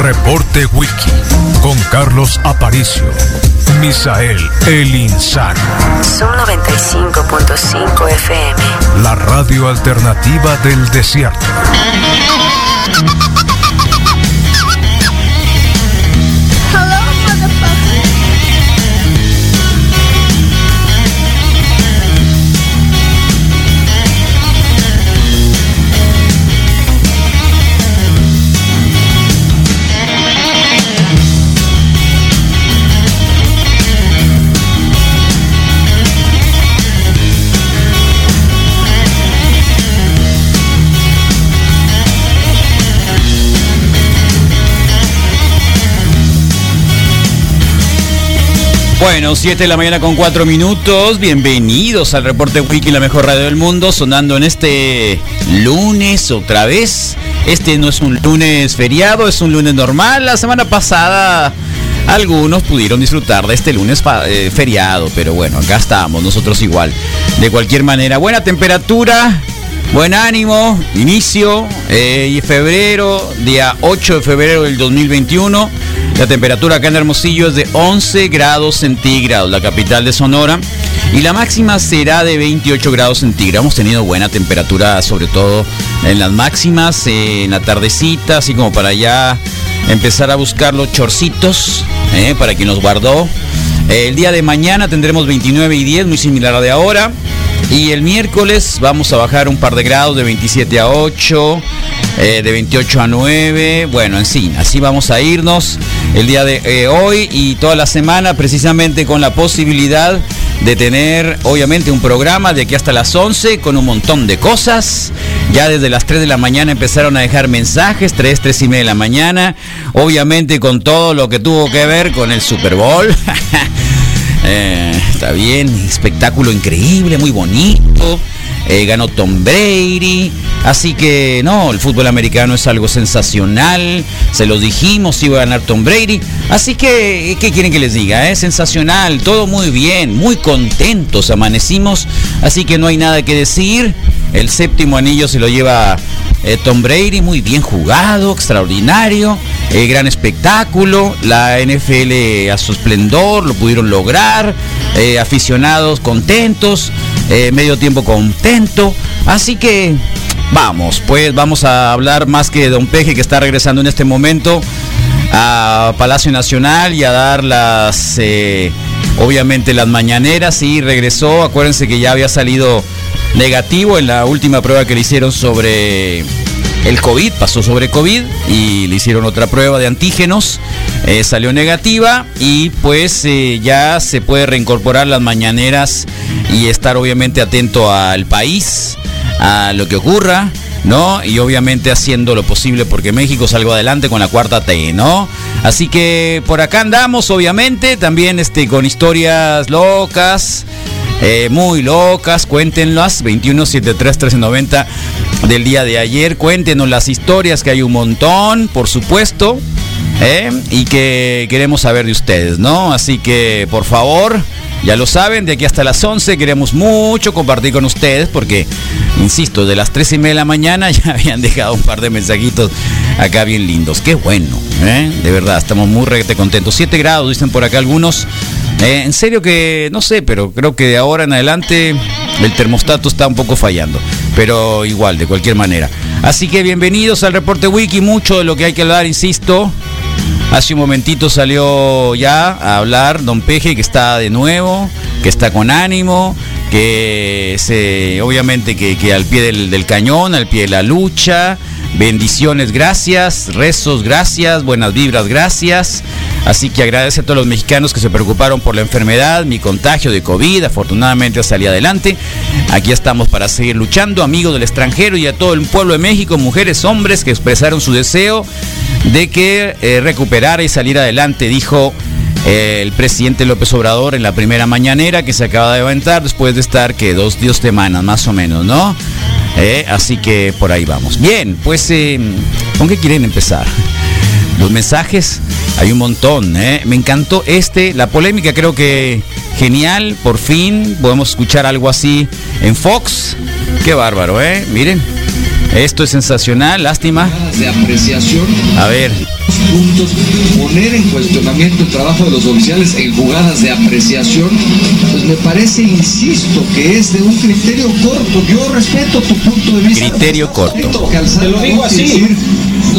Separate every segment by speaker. Speaker 1: Reporte Wiki con Carlos Aparicio. Misael El Insano.
Speaker 2: Son 95.5 FM.
Speaker 1: La radio alternativa del desierto.
Speaker 3: Bueno, 7 de la mañana con 4 minutos. Bienvenidos al reporte Wiki, la mejor radio del mundo, sonando en este lunes otra vez. Este no es un lunes feriado, es un lunes normal. La semana pasada algunos pudieron disfrutar de este lunes fa- eh, feriado, pero bueno, acá estamos, nosotros igual. De cualquier manera, buena temperatura, buen ánimo, inicio eh, y febrero, día 8 de febrero del 2021. La temperatura acá en Hermosillo es de 11 grados centígrados, la capital de Sonora. Y la máxima será de 28 grados centígrados. Hemos tenido buena temperatura, sobre todo en las máximas, eh, en la tardecita, así como para allá empezar a buscar los chorcitos eh, para quien los guardó. Eh, El día de mañana tendremos 29 y 10, muy similar a de ahora. Y el miércoles vamos a bajar un par de grados de 27 a 8, eh, de 28 a 9. Bueno, en fin, así vamos a irnos el día de eh, hoy y toda la semana precisamente con la posibilidad de tener obviamente un programa de aquí hasta las 11 con un montón de cosas. Ya desde las 3 de la mañana empezaron a dejar mensajes, 3, 3 y media de la mañana. Obviamente con todo lo que tuvo que ver con el Super Bowl. Eh, está bien, espectáculo increíble, muy bonito. Eh, ganó Tom Brady. Así que no, el fútbol americano es algo sensacional. Se los dijimos, iba a ganar Tom Brady. Así que, eh, ¿qué quieren que les diga? Es sensacional, todo muy bien, muy contentos amanecimos. Así que no hay nada que decir. El séptimo anillo se lo lleva eh, Tom Brady, muy bien jugado, extraordinario, eh, gran espectáculo, la NFL a su esplendor, lo pudieron lograr, eh, aficionados contentos, eh, medio tiempo contento, así que vamos, pues vamos a hablar más que de Don Peje que está regresando en este momento a Palacio Nacional y a dar las, eh, obviamente las mañaneras y regresó, acuérdense que ya había salido negativo en la última prueba que le hicieron sobre el COVID, pasó sobre COVID y le hicieron otra prueba de antígenos, eh, salió negativa y pues eh, ya se puede reincorporar las mañaneras y estar obviamente atento al país, a lo que ocurra. ¿no? Y obviamente haciendo lo posible porque México salga adelante con la cuarta T, ¿no? Así que por acá andamos, obviamente, también este, con historias locas. eh, muy locas, cuéntenlas, 2173-1390 del día de ayer, cuéntenos las historias, que hay un montón, por supuesto, ¿eh? y que queremos saber de ustedes, ¿no? Así que, por favor, ya lo saben, de aquí hasta las 11 queremos mucho compartir con ustedes porque, insisto, de las 3 y media de la mañana ya habían dejado un par de mensajitos acá bien lindos. Qué bueno, ¿eh? de verdad, estamos muy recontentos. contentos. 7 grados, dicen por acá algunos. Eh, en serio que, no sé, pero creo que de ahora en adelante el termostato está un poco fallando. Pero igual, de cualquier manera. Así que bienvenidos al reporte Wiki, mucho de lo que hay que hablar, insisto. Hace un momentito salió ya a hablar Don Peje que está de nuevo, que está con ánimo, que se, obviamente que, que al pie del, del cañón, al pie de la lucha. Bendiciones, gracias, rezos, gracias, buenas vibras, gracias. Así que agradece a todos los mexicanos que se preocuparon por la enfermedad, mi contagio de COVID. Afortunadamente salí adelante. Aquí estamos para seguir luchando, amigos del extranjero y a todo el pueblo de México, mujeres, hombres que expresaron su deseo de que eh, recuperara y salir adelante, dijo eh, el presidente López Obrador en la primera mañanera que se acaba de levantar después de estar que dos, dos semanas más o menos, ¿no? Eh, así que por ahí vamos. Bien, pues eh, ¿con qué quieren empezar? Los mensajes, hay un montón, ¿eh? Me encantó este, la polémica creo que genial, por fin podemos escuchar algo así en Fox. Qué bárbaro, ¿eh? Miren, esto es sensacional, lástima.
Speaker 4: de apreciación.
Speaker 3: A ver,
Speaker 4: Puntos, poner en cuestionamiento el trabajo de los oficiales en jugadas de apreciación, pues me parece, insisto, que es de un criterio corto. Yo respeto tu punto de vista.
Speaker 3: Criterio corto.
Speaker 4: Te lo digo así.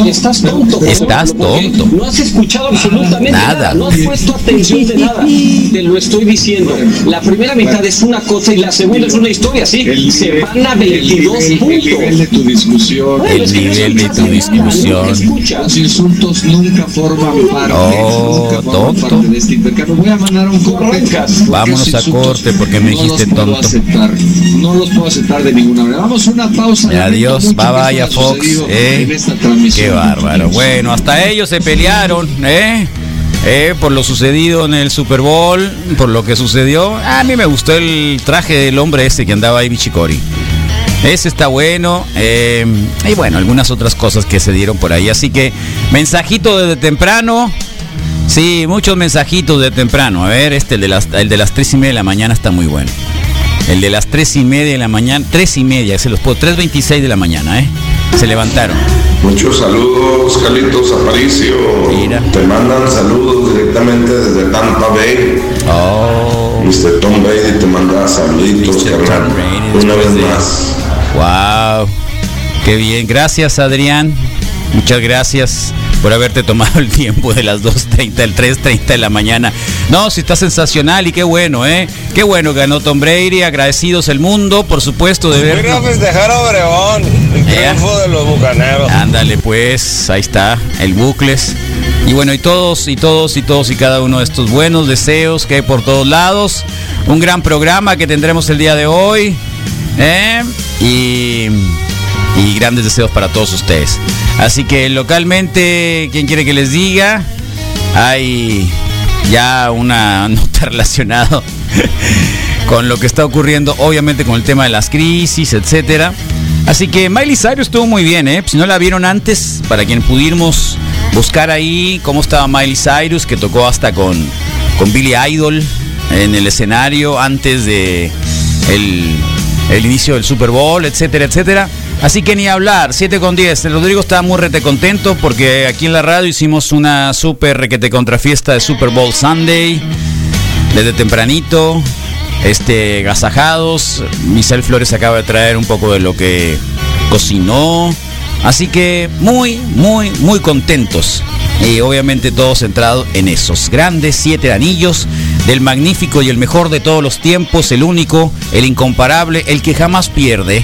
Speaker 5: Estás tonto. José,
Speaker 3: Estás
Speaker 5: porque
Speaker 3: tonto.
Speaker 5: No has escuchado absolutamente
Speaker 3: Nada.
Speaker 5: nada. No has puesto atención de nada. Te lo estoy diciendo. La primera mitad es una cosa y la segunda es una historia, sí. Se van a 22
Speaker 4: el nivel- el
Speaker 5: puntos.
Speaker 4: nivel de tu discusión.
Speaker 5: Bueno,
Speaker 3: El
Speaker 5: es que no
Speaker 3: nivel de tu
Speaker 5: escuchaste nada,
Speaker 3: discusión.
Speaker 5: no escuchas.
Speaker 4: Los insultos nunca forman parte,
Speaker 3: Oh,
Speaker 4: nunca forman
Speaker 3: tonto.
Speaker 4: parte de este intercambio. Voy a mandar un corte. porque
Speaker 3: Vámonos
Speaker 4: esos
Speaker 3: a
Speaker 4: insultos
Speaker 3: corte, porque me dijiste
Speaker 4: no los
Speaker 3: tonto.
Speaker 4: Puedo aceptar, no los puedo aceptar de ninguna manera. Vamos a una pausa.
Speaker 3: Y adiós,
Speaker 4: Lamento
Speaker 3: bye bye
Speaker 4: mucho que esto
Speaker 3: a
Speaker 4: haya
Speaker 3: Fox,
Speaker 4: sucedido
Speaker 3: ¿eh?
Speaker 4: en esta transmisión.
Speaker 3: Qué bárbaro. Bueno, hasta ellos se pelearon, ¿eh? Eh, por lo sucedido en el Super Bowl, por lo que sucedió. A mí me gustó el traje del hombre ese que andaba ahí, Bichicori. Ese está bueno. eh, y bueno, algunas otras cosas que se dieron por ahí. Así que, mensajito desde temprano. Sí, muchos mensajitos de temprano. A ver, este, el de las, el de las tres y media de la mañana está muy bueno. El de las tres y media de la mañana, tres y media, se los puedo, 3.26 de la mañana, ¿eh? Se levantaron.
Speaker 6: Muchos saludos, Carlitos Aparicio.
Speaker 3: Mira.
Speaker 6: Te mandan saludos directamente desde Tampa Bay.
Speaker 3: Oh,
Speaker 6: Mr. Tom Brady te manda saluditos,
Speaker 3: Mr.
Speaker 6: carnal.
Speaker 3: Tom Brady,
Speaker 6: Una vez
Speaker 3: después de-
Speaker 6: más.
Speaker 3: wow. Qué bien, gracias Adrián. Muchas gracias por haberte tomado el tiempo de las 2.30 al 3.30 de la mañana. No, sí está sensacional y qué bueno, ¿eh? Qué bueno ganó Tom Brady, agradecidos el mundo, por supuesto, de ver.
Speaker 7: festejar a Obregón, el
Speaker 3: triunfo
Speaker 7: de los bucaneros.
Speaker 3: Ándale pues, ahí está, el bucles. Y bueno, y todos, y todos, y todos, y cada uno de estos buenos deseos que hay por todos lados. Un gran programa que tendremos el día de hoy. ¿eh? Y, y grandes deseos para todos ustedes. Así que localmente, ¿quién quiere que les diga? Hay ya una nota relacionada con lo que está ocurriendo, obviamente con el tema de las crisis, etcétera. Así que Miley Cyrus estuvo muy bien, ¿eh? Si no la vieron antes, para quien pudimos buscar ahí cómo estaba Miley Cyrus, que tocó hasta con, con Billy Idol en el escenario antes de el, el inicio del Super Bowl, etcétera, etcétera. Así que ni hablar, 7 con 10. El Rodrigo está muy rete contento porque aquí en la radio hicimos una super requete contrafiesta de Super Bowl Sunday desde tempranito, este, gasajados. Michelle Flores acaba de traer un poco de lo que cocinó. Así que muy, muy, muy contentos. Y obviamente todo centrado en esos grandes siete anillos del magnífico y el mejor de todos los tiempos, el único, el incomparable, el que jamás pierde,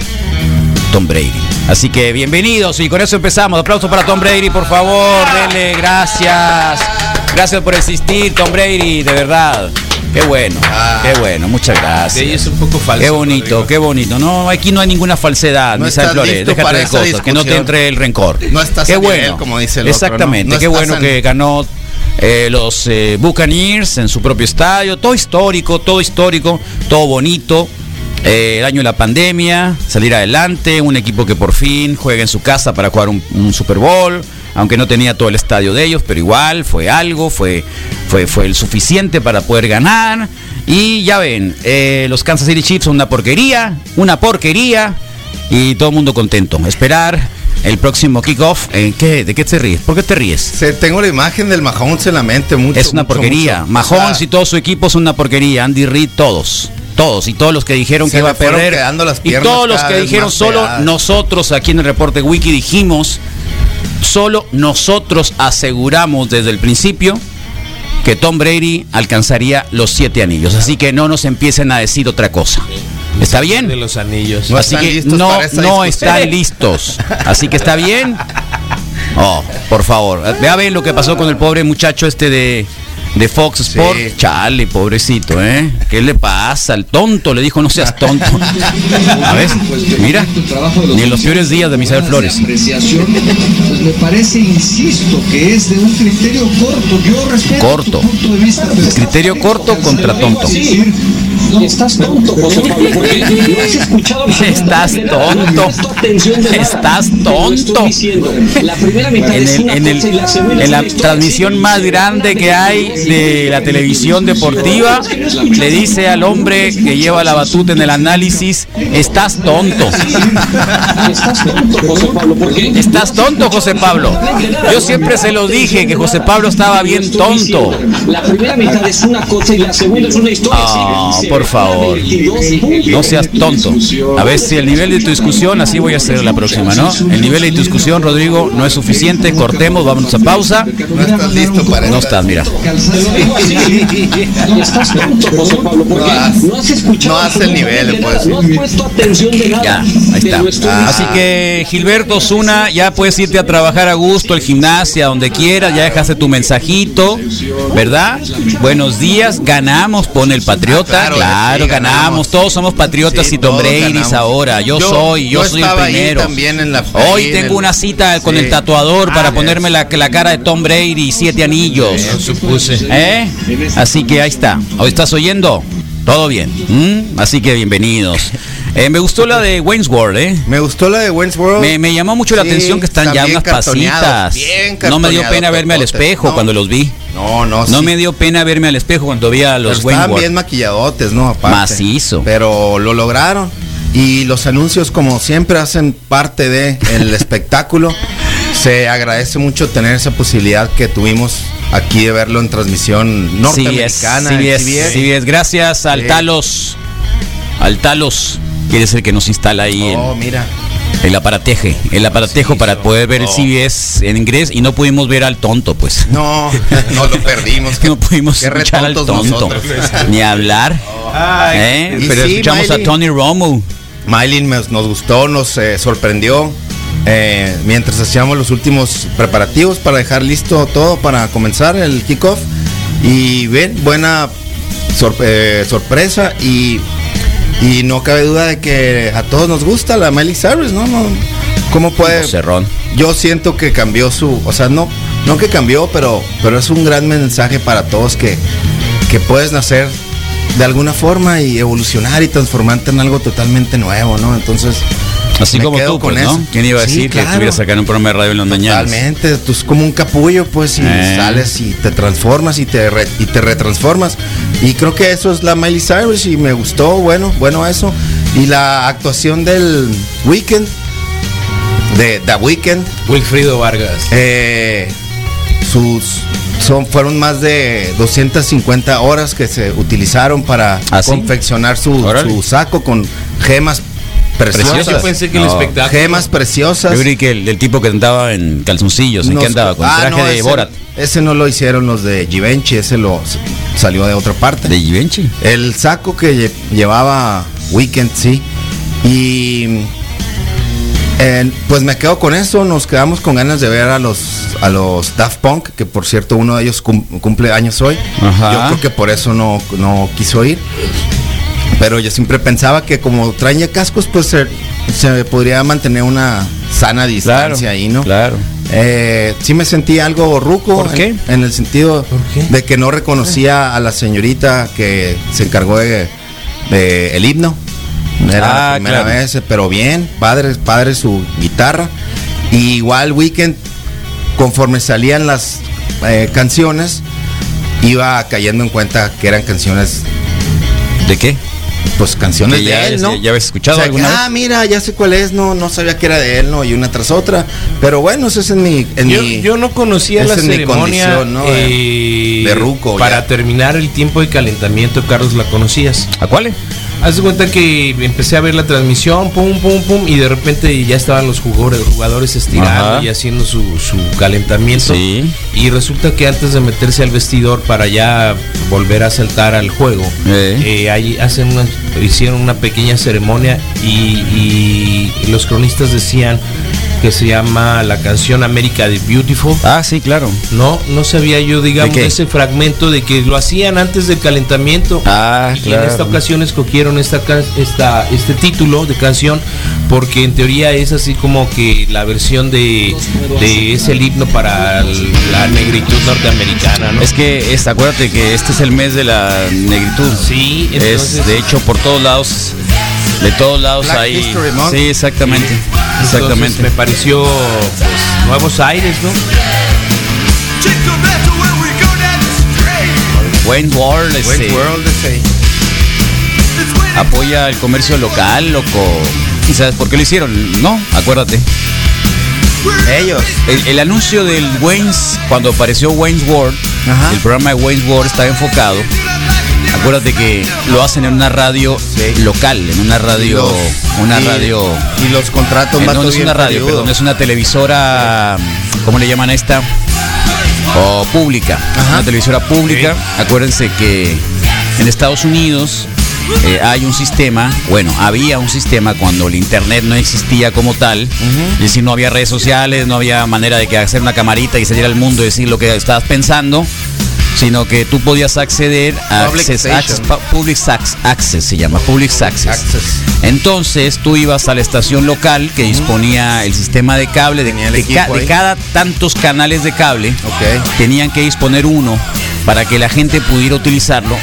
Speaker 3: Tom Brady. Así que bienvenidos y con eso empezamos. Aplausos para Tom Brady, por favor. Denle gracias. Gracias por existir, Tom Brady, de verdad. Qué bueno, qué bueno, muchas gracias.
Speaker 8: Sí, es un poco falso,
Speaker 3: Qué bonito,
Speaker 8: Rodrigo.
Speaker 3: qué bonito. No, aquí no hay ninguna falsedad,
Speaker 8: No
Speaker 3: Misael
Speaker 8: estás
Speaker 3: Flores.
Speaker 8: listo
Speaker 3: Déjate
Speaker 8: para
Speaker 3: de
Speaker 8: esa
Speaker 3: cosas, que no te
Speaker 8: discusión.
Speaker 3: entre el rencor.
Speaker 8: No estás
Speaker 3: qué
Speaker 8: a
Speaker 3: bueno.
Speaker 8: nivel, como dice el otro,
Speaker 3: Exactamente,
Speaker 8: ¿no? No
Speaker 3: qué
Speaker 8: estás
Speaker 3: bueno
Speaker 8: en-
Speaker 3: que ganó eh, los eh, Buccaneers en su propio estadio. Todo histórico, todo histórico, todo bonito. Eh, el año de la pandemia, salir adelante, un equipo que por fin juega en su casa para jugar un, un Super Bowl, aunque no tenía todo el estadio de ellos, pero igual fue algo, fue, fue, fue el suficiente para poder ganar. Y ya ven, eh, los Kansas City Chiefs son una porquería, una porquería, y todo el mundo contento. Esperar el próximo kickoff. ¿En qué? ¿De qué te ríes? ¿Por qué te ríes?
Speaker 8: Se- tengo la imagen del Mahomes en la mente mucho.
Speaker 3: es una
Speaker 8: mucho,
Speaker 3: porquería.
Speaker 8: mucho.
Speaker 3: Mahomes
Speaker 8: Ah,
Speaker 3: y todo su equipo es una porquería. Andy Reid, todos. Todos y todos los que dijeron
Speaker 8: Se
Speaker 3: que iba
Speaker 8: le
Speaker 3: a perder.
Speaker 8: fueron quedando las
Speaker 3: y
Speaker 8: piernas
Speaker 3: todos los
Speaker 8: cada
Speaker 3: que
Speaker 8: vez
Speaker 3: dijeron
Speaker 8: más
Speaker 3: solo
Speaker 8: pegadas".
Speaker 3: nosotros aquí en el reporte Wiki dijimos, solo nosotros aseguramos desde el principio que Tom Brady alcanzaría los siete anillos. Así que no nos empiecen a decir otra cosa. ¿Está bien?
Speaker 7: De los anillos.
Speaker 8: No
Speaker 3: Así
Speaker 8: están
Speaker 3: que
Speaker 8: listos
Speaker 3: no,
Speaker 8: para esa
Speaker 3: no
Speaker 8: discusión.
Speaker 3: están listos. Así que está bien. Oh, por favor. Vea a ver lo que pasó con el pobre muchacho este de, de Fox Sports.
Speaker 8: Sí.
Speaker 3: Chale, pobrecito, ¿eh? ¿Qué le pasa? El tonto le dijo, no seas tonto. A ver, mira, ni en los peores días de Misael Flores.
Speaker 4: Apreciación, pues me parece, insisto, que es de un criterio corto. Yo respeto
Speaker 3: Corto.
Speaker 4: tu punto de vista. pero estás
Speaker 3: Criterio
Speaker 4: tonto,
Speaker 3: corto
Speaker 4: José
Speaker 3: contra
Speaker 4: Pablo.
Speaker 3: tonto.
Speaker 4: Sí.
Speaker 5: Y estás tonto, José Pablo, porque no has escuchado absolutamente
Speaker 3: Estás
Speaker 5: nada, no has
Speaker 3: tonto.
Speaker 5: puesto atención de nada.
Speaker 3: Estás
Speaker 5: Te lo estoy
Speaker 3: tonto.
Speaker 5: diciendo. La primera mitad
Speaker 3: En,
Speaker 5: es
Speaker 3: el-
Speaker 5: una
Speaker 3: en el-
Speaker 5: cosa y la segunda
Speaker 3: en
Speaker 5: es
Speaker 3: la
Speaker 5: una historia.
Speaker 3: transmisión más grande que hay de la televisión deportiva, le dice al hombre que lleva la batuta en el análisis, estás tonto.
Speaker 5: Estás tonto, José Pablo, porque
Speaker 3: Estás tonto, José Pablo. Yo siempre se lo dije que José Pablo estaba bien tonto.
Speaker 5: La primera mitad es una cosa y la segunda es una historia.
Speaker 3: Ah,
Speaker 5: sí. Se
Speaker 3: por
Speaker 5: van a
Speaker 3: favor.
Speaker 5: 22 puntos.
Speaker 3: No seas tonto. A ver si el nivel de tu discusión, así voy a hacer la próxima, ¿no? El nivel de tu discusión, Rodrigo, no es suficiente. Cortemos, vámonos a pausa.
Speaker 8: No estás listo para
Speaker 3: No
Speaker 8: esto.
Speaker 3: estás, mira.
Speaker 5: Te lo digo así. Estás tonto, José Pablo, porque
Speaker 8: No has-
Speaker 5: no has escuchado.
Speaker 8: no has el
Speaker 5: absolutamente
Speaker 8: nivel,
Speaker 5: nada,
Speaker 8: pues.
Speaker 5: No has puesto atención de nada.
Speaker 3: Ya, ahí
Speaker 5: Te
Speaker 3: está.
Speaker 5: lo estoy
Speaker 8: Ah.
Speaker 3: Así que Gilberto Zuna, ya puedes irte a trabajar a gusto, al gimnasia, donde quieras, ya dejaste tu mensajito, ¿verdad? Buenos días, ganamos, pone el patriota.
Speaker 8: Ah, Claro,
Speaker 3: Claro,
Speaker 8: sí, ganamos.
Speaker 3: ganamos, todos somos patriotas
Speaker 8: Sí,
Speaker 3: y
Speaker 8: todos
Speaker 3: tombreiris
Speaker 8: ganamos.
Speaker 3: ahora. Yo
Speaker 8: Yo-
Speaker 3: soy, yo
Speaker 8: yo
Speaker 3: soy el
Speaker 8: estaba ahí
Speaker 3: primero.
Speaker 8: también en la- ahí
Speaker 3: Hoy
Speaker 8: en
Speaker 3: tengo
Speaker 8: el-
Speaker 3: una cita con
Speaker 8: Sí.
Speaker 3: el tatuador para
Speaker 8: Ah,
Speaker 3: ponerme la, la cara de Tom Brady y siete anillos.
Speaker 8: Yo supuse.
Speaker 3: ¿Eh? Así que ahí está. ¿Hoy estás oyendo? Todo bien. ¿Mm? Así que bienvenidos. Eh, me gustó la de Wayne's World, ¿eh?
Speaker 8: Me gustó la de Wayne's World.
Speaker 3: Me, me llamó mucho la
Speaker 8: Sí,
Speaker 3: atención que están ya
Speaker 8: bien
Speaker 3: unas
Speaker 8: cartoneado,
Speaker 3: pasitas.
Speaker 8: bien
Speaker 3: No me dio
Speaker 8: cartoneado,
Speaker 3: pena verme al
Speaker 8: tototes.
Speaker 3: espejo
Speaker 8: No.
Speaker 3: cuando los vi.
Speaker 8: No, no,
Speaker 3: No
Speaker 8: sí.
Speaker 3: me dio pena verme al espejo cuando vi a los
Speaker 8: Pero estaban
Speaker 3: Wayne Ward.
Speaker 8: bien maquilladotes, ¿no? Aparte.
Speaker 3: Macizo.
Speaker 8: Pero lo lograron. Y los anuncios, como siempre, hacen parte de el espectáculo. Se agradece mucho tener esa posibilidad que tuvimos aquí de verlo en transmisión
Speaker 3: Sí es,
Speaker 8: norteamericana.
Speaker 3: sí
Speaker 8: en
Speaker 3: es,
Speaker 8: CBS.
Speaker 3: sí es. Gracias al
Speaker 8: Sí.
Speaker 3: Talos. Al Talos, que es el que nos instala ahí el-
Speaker 8: Oh, mira.
Speaker 3: el, aparateje. El aparatejo para poder ver el
Speaker 8: Oh.
Speaker 3: CBS en inglés y no pudimos ver al tonto, pues.
Speaker 8: No, no lo perdimos.
Speaker 3: no pudimos
Speaker 8: qué
Speaker 3: escuchar al tonto.
Speaker 8: retontos nosotros. pues.
Speaker 3: Ni hablar.
Speaker 8: Ay,
Speaker 3: ¿eh?
Speaker 8: y
Speaker 3: Pero
Speaker 8: sí,
Speaker 3: escuchamos
Speaker 8: Miley.
Speaker 3: a Tony Romo.
Speaker 8: Maylin nos, nos gustó, nos eh, sorprendió. Eh, mientras hacíamos los últimos preparativos para dejar listo todo para comenzar el kickoff. Y ven, buena sor- eh, sorpresa. Y, y no cabe duda de que a todos nos gusta la Miley Cyrus, ¿no? no ¿Cómo puede?
Speaker 3: Cerrón.
Speaker 8: Yo siento que cambió su, o sea, no, no que cambió, pero, pero es un gran mensaje para todos que, que puedes nacer de alguna forma y evolucionar y transformarte en algo totalmente nuevo, ¿no? Entonces,
Speaker 3: Así
Speaker 8: me
Speaker 3: como
Speaker 8: quedo
Speaker 3: tú, pues,
Speaker 8: con
Speaker 3: ¿no?
Speaker 8: eso.
Speaker 3: ¿Quién iba a
Speaker 8: Sí,
Speaker 3: decir
Speaker 8: claro.
Speaker 3: que estuvieras acá en un programa de radio en las mañanas?
Speaker 8: Totalmente, tú es como un capullo, pues, y
Speaker 3: Eh.
Speaker 8: sales y te transformas y te, re- y te retransformas. Y creo que eso es la Miley Cyrus y me gustó, bueno, bueno eso. Y la actuación del Weekend, de The Weekend,
Speaker 9: Wilfrido Vargas.
Speaker 8: eh, sus son fueron más de 250 horas que se utilizaron para
Speaker 3: ¿Ah, sí?
Speaker 8: confeccionar su,
Speaker 3: Órale.
Speaker 8: su saco con gemas preciosas.
Speaker 3: Preciosas.
Speaker 9: Yo pensé que el
Speaker 3: No.
Speaker 9: espectáculo.
Speaker 8: Gemas
Speaker 3: Yo
Speaker 8: preciosas.
Speaker 3: creí que el, del tipo que andaba en calzoncillos, ¿en
Speaker 8: Nos-
Speaker 3: qué andaba? Con
Speaker 8: Ah,
Speaker 3: traje
Speaker 8: no,
Speaker 3: de
Speaker 8: ese,
Speaker 3: Borat.
Speaker 8: Ese no lo hicieron los de Givenchy, ese lo s- salió de otra parte.
Speaker 3: ¿De Givenchy?
Speaker 8: El saco que lle- llevaba Weekend, sí. Y eh, pues me quedo con eso. Nos quedamos con ganas de ver a los a los Daft Punk, que por cierto uno de ellos cum- cumple años hoy.
Speaker 3: Ajá.
Speaker 8: Yo creo que por eso no, no quiso ir. Pero yo siempre pensaba que como traen ya cascos, pues se, se podría mantener una sana distancia ahí, ¿no?
Speaker 3: Claro.
Speaker 8: Eh, sí me sentí algo ruco.
Speaker 3: ¿Por qué? Ah.
Speaker 8: En, en el sentido de que no reconocía a la señorita que se encargó de, de el himno. Era
Speaker 3: Ah,
Speaker 8: la primera
Speaker 3: claro.
Speaker 8: vez, pero bien, padre, padre su guitarra. Y igual Weekend, conforme salían las eh, canciones, iba cayendo en cuenta que eran canciones
Speaker 3: ¿De qué?
Speaker 8: pues canciones
Speaker 3: Que ya-
Speaker 8: de él, ¿no?
Speaker 3: ya habías escuchado
Speaker 8: O sea,
Speaker 3: alguna
Speaker 8: que,
Speaker 3: vez.
Speaker 8: Ah, mira, ya sé cuál es, no, no sabía que era de él, no, y una tras otra. Pero bueno, ese es en mi, en
Speaker 9: Yo,
Speaker 8: mi-
Speaker 9: yo no conocía
Speaker 8: esa
Speaker 9: la
Speaker 8: es mi
Speaker 9: ceremonia
Speaker 8: condición, ¿no?
Speaker 9: eh,
Speaker 8: De ruco,
Speaker 9: Para
Speaker 8: ya.
Speaker 9: terminar el tiempo de calentamiento, Carlos, ¿la conocías?
Speaker 3: ¿A cuál?
Speaker 9: Haz de cuenta que empecé a ver la transmisión, pum, pum, pum, y de repente ya estaban los jugadores, jugadores estirando
Speaker 3: Ajá.
Speaker 9: y haciendo su, su calentamiento.
Speaker 3: Sí.
Speaker 9: Y resulta que antes de meterse al vestidor para ya volver a saltar al juego,
Speaker 3: Eh.
Speaker 9: eh, ahí hacen una, hicieron una pequeña ceremonia y, y los cronistas decían que se llama la canción América the Beautiful.
Speaker 3: Ah, sí, claro.
Speaker 9: No, no sabía yo, digamos,
Speaker 8: ¿De qué?
Speaker 9: ese fragmento de que lo hacían antes del calentamiento.
Speaker 8: Ah,
Speaker 9: y
Speaker 8: claro.
Speaker 9: en esta ocasión escogieron esta, ca- esta, este título de canción porque en teoría es así como que la versión de, de es el himno para el- la negritud
Speaker 8: Ah,
Speaker 9: norteamericana, ¿no?
Speaker 3: Es que es- acuérdate que este es el mes de la negritud.
Speaker 9: Sí, entonces-
Speaker 3: es de hecho por todos lados, de todos lados
Speaker 8: Black
Speaker 3: hay.
Speaker 8: History Month.
Speaker 3: Sí, exactamente,
Speaker 9: Entonces,
Speaker 3: exactamente.
Speaker 9: me pareció pues, nuevos aires, ¿no?
Speaker 3: Wayne World,
Speaker 8: Buen
Speaker 3: este,
Speaker 8: world ese.
Speaker 3: apoya el comercio local, loco. ¿Y sabes por qué lo hicieron? No, acuérdate.
Speaker 8: Ellos.
Speaker 3: El, el anuncio del Wayne's, cuando apareció Wayne's World,
Speaker 8: Ajá.
Speaker 3: el programa de Wayne's World está enfocado. Acuérdate que lo hacen en una radio
Speaker 8: Sí.
Speaker 3: local, en una radio,
Speaker 8: Los-
Speaker 3: una
Speaker 8: y-
Speaker 3: radio.
Speaker 8: Y los contratos
Speaker 3: Eh,
Speaker 8: más
Speaker 3: no, no es una radio, perdón, es una televisora, ¿cómo le llaman a esta? O pública,
Speaker 8: Ajá.
Speaker 3: una televisora pública. Acuérdense que en Estados Unidos eh, hay un sistema, bueno, había un sistema cuando el internet no existía como tal, es decir, no había redes sociales, no había manera de que hacer una camarita y salir al mundo y decir lo que estabas pensando, sino que tú podías acceder a
Speaker 8: Public
Speaker 3: access-
Speaker 8: station.
Speaker 3: access- Public Sax- Access se llama, Public Access.
Speaker 8: Access.
Speaker 3: Entonces tú ibas a la estación local que disponía el sistema de cable, de,
Speaker 8: Tenía el
Speaker 3: de ca-
Speaker 8: equipo
Speaker 3: de
Speaker 8: ahí.
Speaker 3: cada tantos canales de cable,
Speaker 8: Ok.
Speaker 3: tenían que disponer uno para que la gente pudiera utilizarlo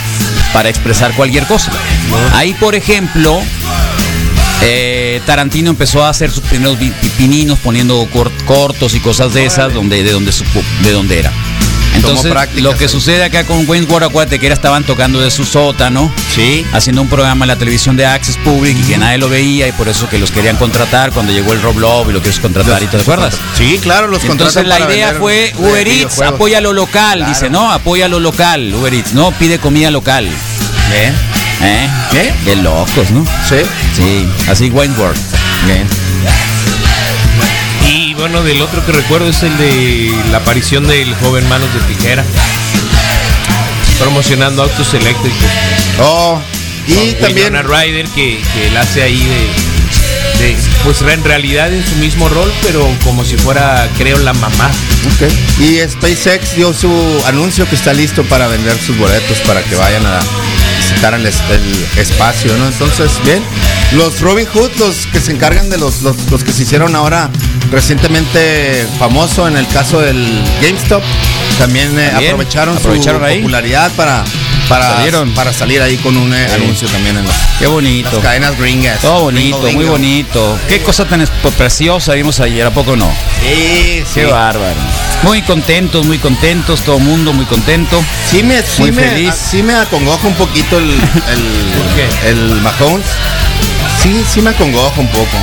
Speaker 3: para expresar cualquier cosa. Ahí, por ejemplo, eh, Tarantino empezó a hacer sus primeros vi- pi- pininos poniendo cor- cortos y cosas de esas donde de donde supo- de donde era.
Speaker 8: Tomó
Speaker 3: Entonces,
Speaker 8: prácticas
Speaker 3: lo que
Speaker 8: ahí.
Speaker 3: sucede acá con Wayne Ward, acuérdate que era estaban tocando de su sótano,
Speaker 8: Sí.
Speaker 3: haciendo un programa en la televisión de Access Public y que nadie lo veía y por eso que los querían contratar cuando llegó el Roblox y lo quieres contratar y te acuerdas.
Speaker 8: Sí, claro, los contratos.
Speaker 3: Entonces la idea fue Uber Eats, apoya lo local,
Speaker 8: Claro.
Speaker 3: dice, no, apoya lo local, Uber Eats, no, pide comida local.
Speaker 8: Bien.
Speaker 3: ¿Eh?
Speaker 8: ¿Qué?
Speaker 3: De locos, ¿no?
Speaker 8: Sí.
Speaker 3: Sí, así Wentworth.
Speaker 8: Bien.
Speaker 9: Y bueno, del otro que recuerdo es el de la aparición del joven Manos de Tijera. Promocionando autos eléctricos.
Speaker 8: Oh. Y
Speaker 9: Con
Speaker 8: también.
Speaker 9: Winona Ryder que, que la hace ahí de, de- Pues en realidad en su mismo rol, pero como si fuera, creo, la mamá.
Speaker 8: Ok. Y SpaceX dio su anuncio que está listo para vender sus boletos para que vayan a visitar el, es- el espacio, ¿no? Entonces, bien. Los Robin Hood, los que se encargan de los, los, los que se hicieron ahora recientemente famoso en el caso del GameStop, también, eh,
Speaker 3: También,
Speaker 8: aprovecharon,
Speaker 3: aprovecharon
Speaker 8: su
Speaker 3: ahí.
Speaker 8: popularidad para, para,
Speaker 3: Salieron.
Speaker 8: para salir ahí con un eh, anuncio también en las,
Speaker 3: Qué
Speaker 8: las
Speaker 3: bonito.
Speaker 8: cadenas gringas.
Speaker 3: Todo bonito,
Speaker 8: Gringo,
Speaker 3: muy
Speaker 8: gringo.
Speaker 3: bonito. Qué cosa tan es- preciosa vimos ayer, ¿a poco no?
Speaker 8: Sí, sí.
Speaker 3: Qué bárbaro. Muy contentos, muy contentos, todo el mundo muy contento.
Speaker 8: Sí me, sí
Speaker 3: Muy
Speaker 8: me-
Speaker 3: feliz.
Speaker 8: a- sí me acongoja un poquito el, el,
Speaker 9: qué?
Speaker 8: el Mahomes. Sí, sí me acongoja un poco.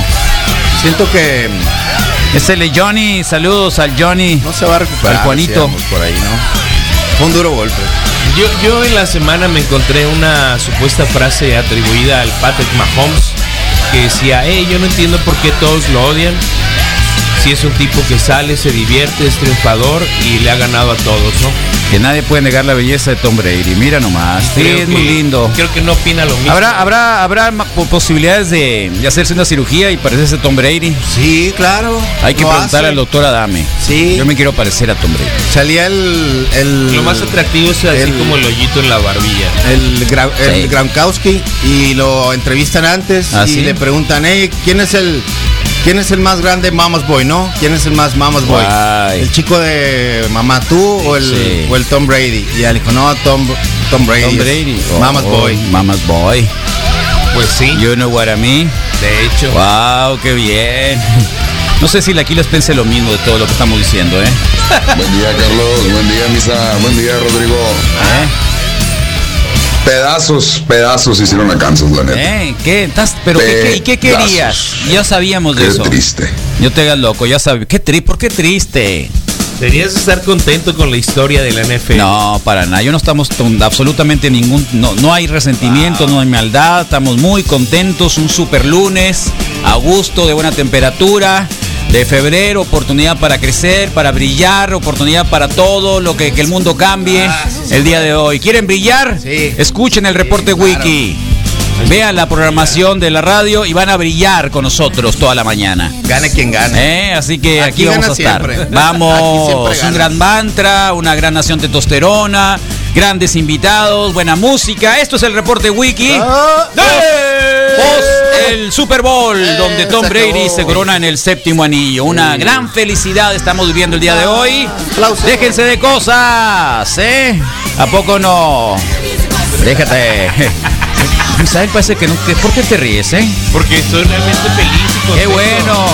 Speaker 8: Siento que
Speaker 3: Ese le Johnny, saludos al Johnny.
Speaker 8: no se va a recuperar.
Speaker 3: Al Juanito.
Speaker 8: decíamos por ahí, ¿no? Fue un duro golpe.
Speaker 9: Yo, yo en la semana me encontré una supuesta frase atribuida al Patrick Mahomes que decía, hey, yo no entiendo por qué todos lo odian. Si es un tipo que sale, se divierte, es triunfador y le ha ganado a todos, ¿no?
Speaker 3: Que nadie puede negar la belleza de Tom Brady. Mira nomás. Sí,
Speaker 9: Creo
Speaker 3: es muy
Speaker 9: que-
Speaker 3: lindo.
Speaker 9: Creo que no opina lo mismo.
Speaker 3: Habrá, habrá, habrá ma- po- posibilidades de, de hacerse una cirugía y parecerse a Tom Brady.
Speaker 8: Sí, claro.
Speaker 3: Hay que
Speaker 8: lo
Speaker 3: preguntarle
Speaker 8: hace.
Speaker 3: al doctor Adame.
Speaker 8: Sí.
Speaker 3: Yo me quiero parecer a Tom Brady.
Speaker 8: Salía el, el.
Speaker 9: Lo más atractivo es así
Speaker 8: el-
Speaker 9: como el hoyito en la barbilla.
Speaker 8: El, Gra- el
Speaker 3: Sí.
Speaker 8: Gronkowski y lo entrevistan antes
Speaker 3: ¿Ah,
Speaker 8: y
Speaker 3: sí?
Speaker 8: le preguntan, hey, ¿quién es el quién es el más grande Mamas Boy, no? ¿Quién es el más Mamas Boy?
Speaker 3: Guay.
Speaker 8: ¿El chico de Mamá Tú o, el,
Speaker 3: Sí.
Speaker 8: o el Tom Brady? Y él dijo, no, Tom, Tom Brady.
Speaker 3: Tom
Speaker 8: es
Speaker 3: Brady.
Speaker 8: Mamas
Speaker 3: Oh,
Speaker 8: Boy.
Speaker 3: Mama's Boy.
Speaker 9: Pues sí,
Speaker 3: You know what I mean.
Speaker 9: de hecho.
Speaker 3: Wow, qué bien. No sé si la Aquiles piense lo mismo de todo lo que estamos diciendo, ¿eh?
Speaker 6: Buen día, Carlos. Buen día, Misa. Buen día, Rodrigo.
Speaker 3: ¿Eh?
Speaker 6: Pedazos, pedazos hicieron a Kansas, la neta.
Speaker 3: ¿Eh? ¿Qué? ¿Estás- ¿Pero qué, qué- y qué querías?
Speaker 6: Pedazos.
Speaker 3: Ya sabíamos de
Speaker 6: Qué
Speaker 3: eso.
Speaker 6: triste.
Speaker 3: Yo te hagas loco, ya sabes. ¿Qué triste? ¿Por qué triste?
Speaker 9: Deberías estar contento con la historia de la NFL.
Speaker 3: No, para nada. Yo no estamos con absolutamente ningún. No, no hay resentimiento, no hay maldad. Estamos muy contentos. Un super lunes, a gusto, de buena temperatura. De febrero, oportunidad para crecer, para brillar, oportunidad para todo, lo que, que el
Speaker 9: Ah,
Speaker 3: mundo cambie el día de hoy. ¿Quieren brillar?
Speaker 8: Sí.
Speaker 3: Escuchen el reporte
Speaker 8: claro.
Speaker 3: wiki. Vean la programación de la radio y van a brillar con nosotros toda la mañana.
Speaker 8: Gane quien gane.
Speaker 3: ¿Eh? Así que
Speaker 8: Aquí
Speaker 3: aquí, vamos
Speaker 8: gana
Speaker 3: a estar.
Speaker 8: siempre. Aquí siempre
Speaker 3: Vamos,
Speaker 8: ganas.
Speaker 3: un gran mantra, una gran nación testosterona, grandes invitados, buena música. Esto es el reporte Wiki.
Speaker 8: Ah. Eh.
Speaker 3: Post el Super Bowl, donde Tom
Speaker 8: se
Speaker 3: Brady
Speaker 8: acabó.
Speaker 3: se corona en el séptimo anillo. Una gran felicidad estamos viviendo el día de hoy.
Speaker 8: Aplausos.
Speaker 3: Déjense de cosas, ¿eh? ¿A poco no? Déjate. Isabel parece que no. que- ¿Por qué te ríes, eh?
Speaker 9: Porque estoy realmente feliz. y
Speaker 3: ¡Qué
Speaker 9: contento.
Speaker 3: bueno!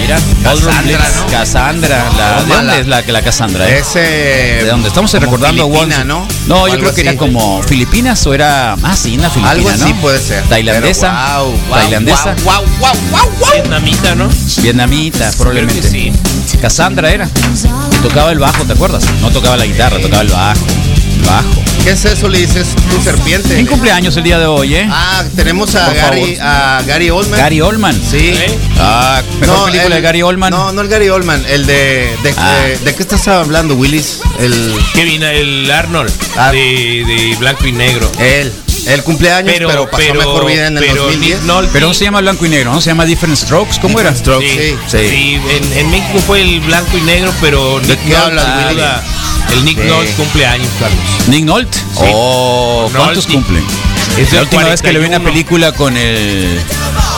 Speaker 3: Mira, Cassandra,
Speaker 8: ¿no?
Speaker 3: Cassandra, la, ¿de dónde es la, la Cassandra? eh?
Speaker 8: Ese.
Speaker 3: ¿De dónde? Estamos
Speaker 8: como
Speaker 3: recordando a
Speaker 8: Filipina,
Speaker 3: Wonsi.
Speaker 8: ¿no?
Speaker 3: No,
Speaker 8: O
Speaker 3: yo
Speaker 8: algo
Speaker 3: creo que
Speaker 8: así.
Speaker 3: era como Filipinas o era. Ah, sí, una Filipina.
Speaker 8: Algo así
Speaker 3: ¿no?
Speaker 8: puede ser.
Speaker 3: Tailandesa.
Speaker 8: Pero guau, guau,
Speaker 3: tailandesa.
Speaker 8: guau, guau, guau, guau.
Speaker 9: Vietnamita, ¿no?
Speaker 3: Vietnamita, probablemente.
Speaker 9: Creo
Speaker 3: Cassandra era. Tocaba el bajo, ¿te acuerdas? No tocaba la guitarra, tocaba el bajo. El bajo.
Speaker 8: ¿Qué es eso? Le dices tu serpiente.
Speaker 3: ¿Quién cumpleaños el día de hoy, eh?
Speaker 8: Ah, tenemos a
Speaker 3: Por favor.
Speaker 8: Gary, a Gary Oldman.
Speaker 3: Gary Oldman.
Speaker 8: Sí.
Speaker 9: ¿Eh?
Speaker 3: Ah, mejor
Speaker 8: No,
Speaker 3: película de
Speaker 8: el-
Speaker 3: Gary Oldman.
Speaker 8: No, no el Gary Oldman, el de. ¿De,
Speaker 3: Ah.
Speaker 8: de- ¿de qué estás hablando, Willis? El.
Speaker 9: Kevin, el Arnold
Speaker 8: Ah.
Speaker 9: de, de Blanco y Negro.
Speaker 8: Él. El cumpleaños, pero,
Speaker 9: Pero-
Speaker 8: pasó
Speaker 9: pero-
Speaker 8: mejor vida en el
Speaker 9: pero
Speaker 8: 2010.
Speaker 9: Nick Nolte-
Speaker 3: Pero no se llama blanco y negro, ¿no? Se llama Different Strokes. ¿Cómo era?
Speaker 8: Different Strokes,
Speaker 9: Sí,
Speaker 8: sí.
Speaker 9: sí. En, en México fue el blanco y negro, pero
Speaker 8: ¿De
Speaker 9: Nick
Speaker 8: qué
Speaker 9: Nolte,
Speaker 8: hablas,
Speaker 9: sin
Speaker 8: Willy?
Speaker 9: duda, el Nick
Speaker 8: Sí.
Speaker 9: Nolte cumple años, Carlos.
Speaker 3: Nick Nolte. Oh, ¿cuántos
Speaker 9: Nolte.
Speaker 3: cumplen?
Speaker 9: Es
Speaker 3: la
Speaker 9: del
Speaker 3: última vez que le vi una
Speaker 9: 41.
Speaker 3: película con el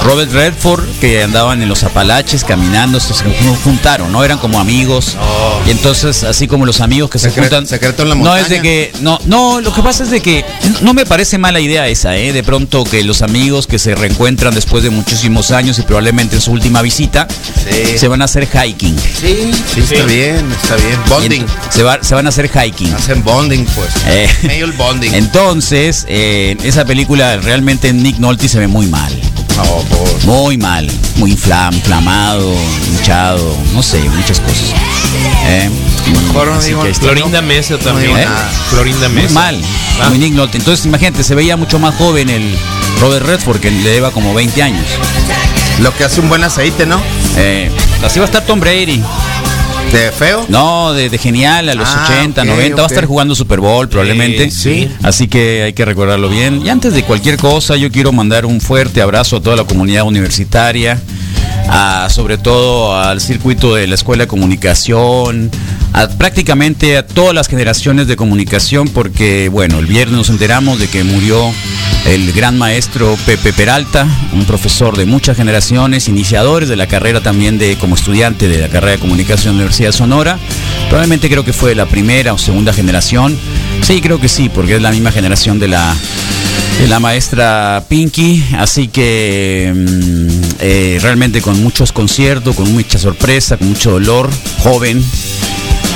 Speaker 3: Robert Redford, que andaban en los Apalaches caminando, se jun- juntaron, ¿no? Eran como amigos. Y entonces, así como los amigos que se
Speaker 8: Oh. Secre-
Speaker 3: juntan.
Speaker 8: secreto en la
Speaker 3: No
Speaker 8: montaña.
Speaker 3: es de que. No, no, lo que pasa es de que no- no me parece mala idea esa, ¿eh? De pronto que los amigos que se reencuentran después de muchísimos años y probablemente en su última visita,
Speaker 8: Sí.
Speaker 3: se van a hacer hiking.
Speaker 8: Sí, sí, está bien, está bien. Bonding.
Speaker 3: Se, va- se van a hacer hiking.
Speaker 8: Hacen bonding, pues.
Speaker 3: Eh.
Speaker 8: Medio el bonding.
Speaker 3: Entonces, eh, esa película realmente Nick Nolte se ve muy mal.
Speaker 8: Oh, por-
Speaker 3: Muy mal. Muy inflam, inflamado, hinchado, no sé, muchas cosas. Eh, y
Speaker 8: Mejor no
Speaker 3: así
Speaker 8: digo
Speaker 3: que ahí está.
Speaker 9: Florinda Mesa también.
Speaker 8: digo
Speaker 9: ¿eh?
Speaker 8: nada.
Speaker 9: Florinda
Speaker 3: muy
Speaker 9: Mesa.
Speaker 3: mal.
Speaker 9: Ah.
Speaker 3: Muy Nick Nolte. Entonces, imagínate, se veía mucho más joven el Robert Redford, que le lleva como 20 años.
Speaker 8: Lo que hace un buen aceite, ¿no?
Speaker 3: Eh, así va a estar Tom Brady.
Speaker 8: De feo.
Speaker 3: No, de, de genial a los
Speaker 8: Ah,
Speaker 3: 80,
Speaker 8: ok,
Speaker 3: 90. Va a
Speaker 8: ok.
Speaker 3: estar jugando Super Bowl probablemente.
Speaker 9: Eh, sí.
Speaker 3: Así que hay que recordarlo bien. Y antes de cualquier cosa, yo quiero mandar un fuerte abrazo a toda la comunidad universitaria, a- sobre todo al circuito de la Escuela de Comunicación, a prácticamente a todas las generaciones de comunicación, porque, bueno, el viernes nos enteramos de que murió el gran maestro Pepe Peralta, un profesor de muchas generaciones, iniciadores de la carrera también de como estudiante de la carrera de comunicación en la Universidad de Sonora. Probablemente creo que fue la primera o segunda generación. Sí, creo que sí, porque es la misma generación de la de la maestra Pinky, así que mm, eh, realmente con muchos conciertos, con mucha sorpresa, con mucho dolor, joven,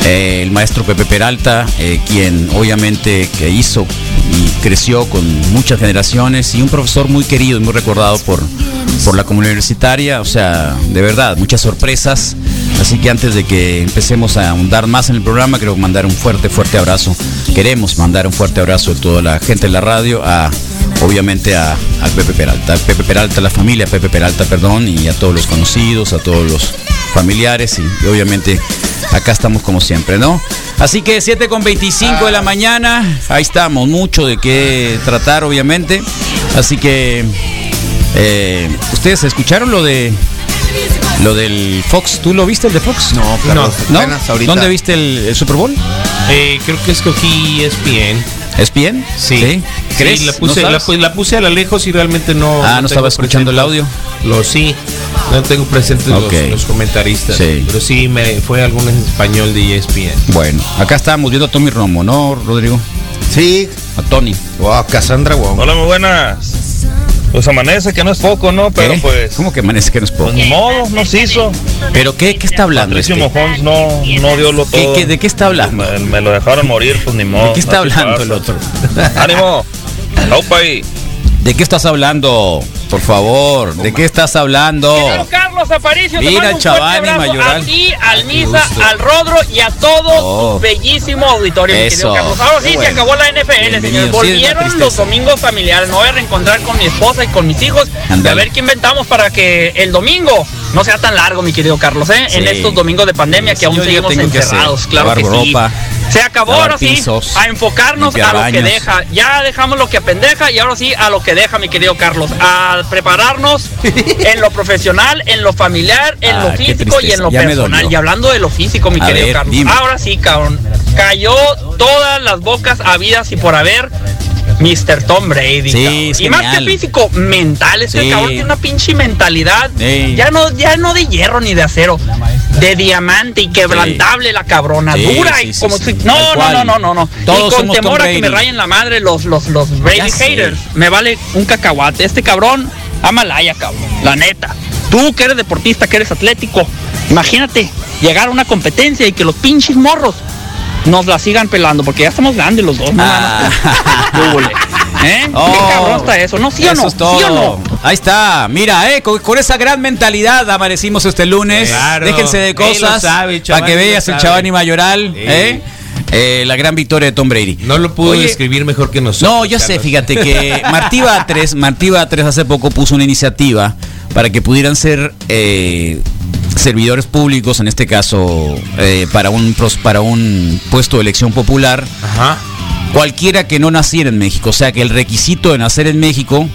Speaker 3: eh, el maestro Pepe Peralta, eh, quien obviamente que hizo y creció con muchas generaciones y un profesor muy querido y muy recordado por, por la comunidad universitaria, o sea, de verdad, muchas sorpresas. Así que antes de que empecemos a ahondar más en el programa, quiero mandar un fuerte, fuerte abrazo. Queremos mandar un fuerte abrazo a toda la gente de la radio, a obviamente a, a Pepe Peralta, a Pepe Peralta, a la familia Pepe Peralta, perdón, y a todos los conocidos, a todos los familiares y, y obviamente acá estamos como siempre, ¿no? Así que 7 con 25 de la mañana, ahí estamos, mucho de qué tratar obviamente. Así que eh, ustedes escucharon lo de lo del Fox, ¿tú lo viste el de Fox? No,
Speaker 8: Carlos,
Speaker 3: no.
Speaker 8: apenas ahorita.
Speaker 3: ¿Dónde viste el, el Super Bowl?
Speaker 9: Eh, creo que escogí ESPN.
Speaker 3: ¿Es bien?
Speaker 9: Sí,
Speaker 3: ¿Crees?
Speaker 9: Sí, la,
Speaker 3: ¿No
Speaker 9: puse, la,
Speaker 3: sabes?
Speaker 9: pu- la puse a la lejos y realmente no.
Speaker 3: Ah, no
Speaker 9: tengo
Speaker 3: estaba escuchando el audio.
Speaker 9: Lo sí, no tengo presentes los-
Speaker 3: Ok.
Speaker 9: los, comentaristas.
Speaker 3: Sí.
Speaker 9: Pero sí, me fue algún en español de E ESPN.
Speaker 3: Bueno, acá estábamos viendo a Tommy Romo, ¿no, Rodrigo?
Speaker 8: Sí.
Speaker 3: A Tony.
Speaker 8: Wow, Cassandra, wow.
Speaker 7: Hola, muy buenas. Pues amanece, que no es poco, ¿no? Pero
Speaker 3: ¿Qué?
Speaker 7: pues,
Speaker 3: ¿Cómo que amanece que nos puedo?
Speaker 7: pues ni modo, nos hizo.
Speaker 3: ¿Pero qué, qué está hablando
Speaker 7: Patricio
Speaker 3: este?
Speaker 7: Mahomes no, no dio lo
Speaker 3: ¿Qué-
Speaker 7: todo.
Speaker 3: qué- ¿De qué está hablando?
Speaker 7: Me, me lo dejaron morir, pues ni modo.
Speaker 3: ¿De qué está
Speaker 7: así
Speaker 3: hablando
Speaker 7: pasa.
Speaker 3: el otro?
Speaker 7: ¡Ánimo! ¡Opa ahí!
Speaker 3: ¿De qué estás hablando? Por favor, ¿de qué estás hablando?
Speaker 10: Carlos Aparicio, te
Speaker 3: Mira,
Speaker 10: mando un fuerte
Speaker 3: Chavani,
Speaker 10: abrazo
Speaker 3: Mayoral.
Speaker 10: a ti, al
Speaker 3: Qué
Speaker 10: Misa,
Speaker 3: gusto.
Speaker 10: al Rodro y a todo
Speaker 3: Oh.
Speaker 10: tu bellísimo auditorio. mi querido
Speaker 3: Eso.
Speaker 10: Carlos. Ahora sí,
Speaker 3: Qué
Speaker 10: se
Speaker 3: bueno.
Speaker 10: acabó la NFL,
Speaker 3: Bienvenido. Sí, es
Speaker 10: señores.
Speaker 3: una
Speaker 10: Volvieron los
Speaker 3: tristeza.
Speaker 10: domingos familiares. Me voy a reencontrar con mi esposa y con mis hijos y
Speaker 3: Ándale.
Speaker 10: a ver qué inventamos para que el domingo no sea tan largo, mi querido Carlos, ¿eh?
Speaker 3: Sí.
Speaker 10: en estos domingos de pandemia
Speaker 3: Sí,
Speaker 10: que aún
Speaker 3: yo- yo
Speaker 10: seguimos
Speaker 3: tengo que hacer,
Speaker 10: encerrados. claro
Speaker 3: lavar
Speaker 10: que sí.
Speaker 3: ropa,
Speaker 10: Se acabó
Speaker 3: Lavar
Speaker 10: ahora sí
Speaker 3: pisos,
Speaker 10: a enfocarnos
Speaker 3: limpiar
Speaker 10: a lo que
Speaker 3: baños.
Speaker 10: deja. Ya dejamos lo que apendeja y ahora sí a lo que deja, mi querido Carlos. A prepararnos en lo profesional, en lo familiar, en
Speaker 3: Ah,
Speaker 10: lo
Speaker 3: qué
Speaker 10: físico y en
Speaker 3: tristeza,
Speaker 10: lo
Speaker 3: ya me
Speaker 10: personal.
Speaker 3: dolió.
Speaker 10: Y hablando de lo físico, mi
Speaker 3: A
Speaker 10: querido
Speaker 3: ver,
Speaker 10: Carlos.
Speaker 3: dime.
Speaker 10: Ahora sí, cabrón. Cayó todas las bocas habidas y por haber. Mr. Tom Brady.
Speaker 3: Sí,
Speaker 10: cabrón.
Speaker 3: es
Speaker 10: y más que
Speaker 3: genial.
Speaker 10: físico, mental. Es que
Speaker 3: Sí.
Speaker 10: el cabrón tiene una pinche mentalidad.
Speaker 3: Sí.
Speaker 10: Ya no, ya no de hierro ni de acero. De diamante y quebrantable la cabrona.
Speaker 3: Sí,
Speaker 10: dura
Speaker 3: sí,
Speaker 10: y
Speaker 3: sí,
Speaker 10: como
Speaker 3: sí.
Speaker 10: si-
Speaker 3: Tal
Speaker 10: No, no,
Speaker 3: cual.
Speaker 10: no, no, no, no.
Speaker 3: Todos
Speaker 10: y con
Speaker 3: somos Tom
Speaker 10: temor a que me
Speaker 3: Brady.
Speaker 10: rayen la madre los, los, los Brady
Speaker 3: Ya sé.
Speaker 10: haters. Me vale un cacahuate. Este cabrón ama la haya, cabrón. La neta. Tú que eres deportista, que eres atlético. Imagínate llegar a una competencia y que los pinches morros nos la sigan pelando. Porque ya estamos grandes los
Speaker 3: Ah,
Speaker 10: dos. no mames. ¿Qué hubo, le? Ah. ¿Eh?
Speaker 3: Oh.
Speaker 10: Qué cabrón está eso, ¿no? ¿Sí o
Speaker 3: Eso
Speaker 10: no?
Speaker 3: es todo.
Speaker 10: ¿Sí o no?
Speaker 3: Ahí está. Mira, eh, con, con esa gran mentalidad amanecimos este lunes.
Speaker 9: Claro.
Speaker 3: Déjense de
Speaker 9: Él
Speaker 3: cosas
Speaker 9: lo sabe,
Speaker 3: para
Speaker 9: Chavani
Speaker 3: que
Speaker 9: lo
Speaker 3: veas el
Speaker 9: sabe.
Speaker 3: Chavani Mayoral.
Speaker 9: Sí.
Speaker 3: ¿eh? Eh, la gran victoria de Tom Brady.
Speaker 9: No lo pudo
Speaker 3: Oye,
Speaker 9: describir mejor que nosotros.
Speaker 3: No, yo sé,
Speaker 9: Carlos.
Speaker 3: fíjate que Martí Batres, Martí Batres hace poco puso una iniciativa para que pudieran ser eh, servidores públicos, en este caso eh, para, un, pros- para un puesto de elección popular,
Speaker 9: Ajá.
Speaker 3: cualquiera que no naciera en México. O sea, que el requisito de nacer en México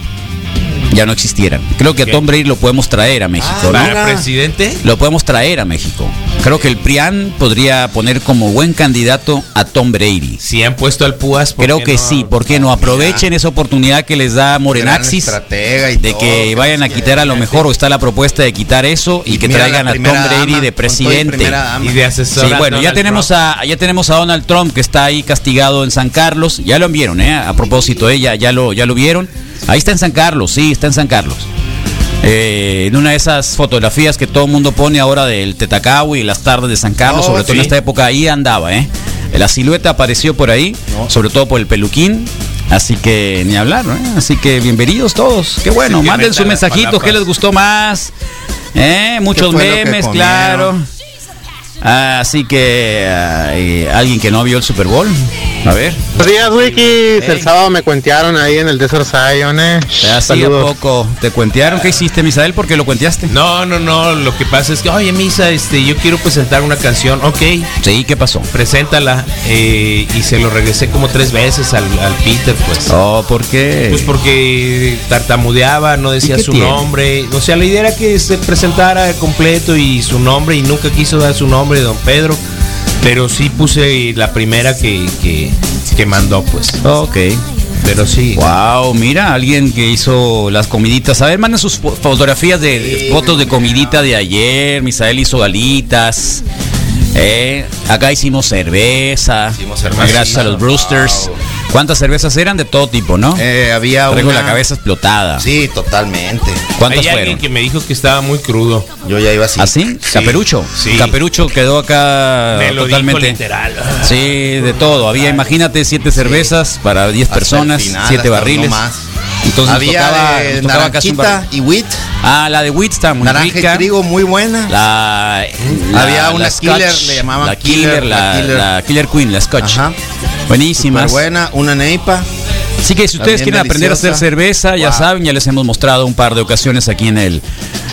Speaker 3: ya no existiera. Creo que a Tom Brady lo podemos traer a México,
Speaker 8: Ah,
Speaker 3: ¿no?
Speaker 9: ¿Para presidente?
Speaker 3: Lo podemos traer a México. Creo que el PRIAN podría poner como buen candidato a Tom Brady.
Speaker 9: Si han puesto al Púas. ¿por
Speaker 3: Creo
Speaker 9: qué
Speaker 3: que
Speaker 9: no?
Speaker 3: sí, ¿por qué no? Aprovechen esa oportunidad que les da
Speaker 8: Gran
Speaker 3: Morenaxis
Speaker 8: estratega y
Speaker 3: de
Speaker 8: todo,
Speaker 3: que vayan a quitar a lo mejor o está la propuesta de quitar eso y que
Speaker 8: Mira, la
Speaker 3: traigan a Tom
Speaker 8: primera
Speaker 3: Brady
Speaker 8: dama,
Speaker 3: de
Speaker 8: con todo y
Speaker 3: presidente.
Speaker 8: primera dama.
Speaker 9: Y de asesor.
Speaker 3: Sí, bueno, ya tenemos a ya tenemos a Donald Trump que está ahí castigado en San Carlos. Ya lo vieron, eh. A propósito, eh, ya, ya lo ya lo vieron. Ahí está en San Carlos, sí, está en San Carlos. Eh, en una de esas fotografías que todo el mundo pone ahora del Tetacau y las tardes de San Carlos,
Speaker 8: No,
Speaker 3: sobre todo en
Speaker 8: Oh, sí.
Speaker 3: esta época, ahí andaba, ¿eh? La silueta apareció por ahí,
Speaker 8: No.
Speaker 3: sobre todo por el peluquín. Así que ni hablar, ¿no? Así que bienvenidos todos. Qué bueno,
Speaker 9: Sí, que
Speaker 3: manden
Speaker 9: metan
Speaker 3: sus
Speaker 9: las
Speaker 3: mensajitos, ¿qué
Speaker 9: palapas.
Speaker 3: les gustó más? ¿Eh? Muchos
Speaker 8: fue lo que
Speaker 3: memes,
Speaker 8: comieron?
Speaker 3: claro. Así que ay, alguien que no vio el Super Bowl, a ver,
Speaker 11: Buenos días, Wikis.
Speaker 3: Hey.
Speaker 11: El sábado me cuentearon ahí en el Desert Zion, eh.
Speaker 3: así a
Speaker 11: Saludos.
Speaker 3: poco te cuentearon qué hiciste, Misael, porque lo cuenteaste.
Speaker 9: No, no, no. Lo que pasa es que, oye, Misa, este, yo quiero presentar una canción. Ok,
Speaker 3: Sí, ¿qué pasó?
Speaker 9: preséntala. eh, y se lo regresé como tres veces al, al Peter, pues.
Speaker 3: Oh, ¿por qué?
Speaker 9: Pues porque tartamudeaba, no decía
Speaker 3: qué
Speaker 9: su
Speaker 3: tiene?
Speaker 9: nombre. O sea, la idea era que se presentara completo y su nombre, y nunca quiso dar su nombre, don Pedro. Pero sí puse la primera que, que, que mandó, pues.
Speaker 3: Ok.
Speaker 9: Pero sí.
Speaker 3: Wow, mira, alguien que hizo las comiditas. A ver, manden sus fo- fotografías de de fotos de comidita de ayer. Misael hizo galitas. Eh, acá hicimos cerveza.
Speaker 8: Hicimos cerveza.
Speaker 3: Gracias a los Brewsters. ¿Cuántas cervezas eran? De todo tipo, ¿no?
Speaker 8: Eh, había
Speaker 3: Traigo
Speaker 8: una...
Speaker 3: la cabeza explotada.
Speaker 8: Sí, totalmente.
Speaker 3: ¿Cuántas
Speaker 9: Hay alguien
Speaker 3: fueron?
Speaker 9: que me dijo que estaba muy crudo.
Speaker 8: Yo ya iba así.
Speaker 3: ¿Así?
Speaker 9: Sí.
Speaker 3: Caperucho.
Speaker 9: Sí.
Speaker 3: Caperucho quedó acá
Speaker 9: Me lo
Speaker 3: totalmente.
Speaker 9: dijo literal.
Speaker 3: Sí, de todo. Había, imagínate, siete cervezas para 10
Speaker 8: Hasta el
Speaker 3: personas,
Speaker 8: final, hasta
Speaker 3: siete
Speaker 8: no
Speaker 3: barriles.
Speaker 8: más.
Speaker 3: Entonces nos
Speaker 8: había
Speaker 3: tocaba,
Speaker 8: de
Speaker 3: nos tocaba casi un
Speaker 8: naranjita
Speaker 3: barril.
Speaker 8: y wheat,
Speaker 3: Ah, la de Wheat está muy
Speaker 8: naranja
Speaker 3: rica.
Speaker 8: y trigo muy buena.
Speaker 3: La, la-
Speaker 8: Había una
Speaker 3: Scotch,
Speaker 8: killer, le llamaban
Speaker 3: la killer,
Speaker 8: killer,
Speaker 3: la,
Speaker 8: la killer.
Speaker 3: la killer Queen, la Scotch.
Speaker 8: Ajá.
Speaker 3: Buenísimas.
Speaker 8: Muy buena, una neipa.
Speaker 3: Así que si ustedes
Speaker 8: También
Speaker 3: quieren aprender a hacer
Speaker 8: deliciosa.
Speaker 3: cerveza, ya
Speaker 8: Wow.
Speaker 3: saben, ya les hemos mostrado un par de ocasiones aquí en el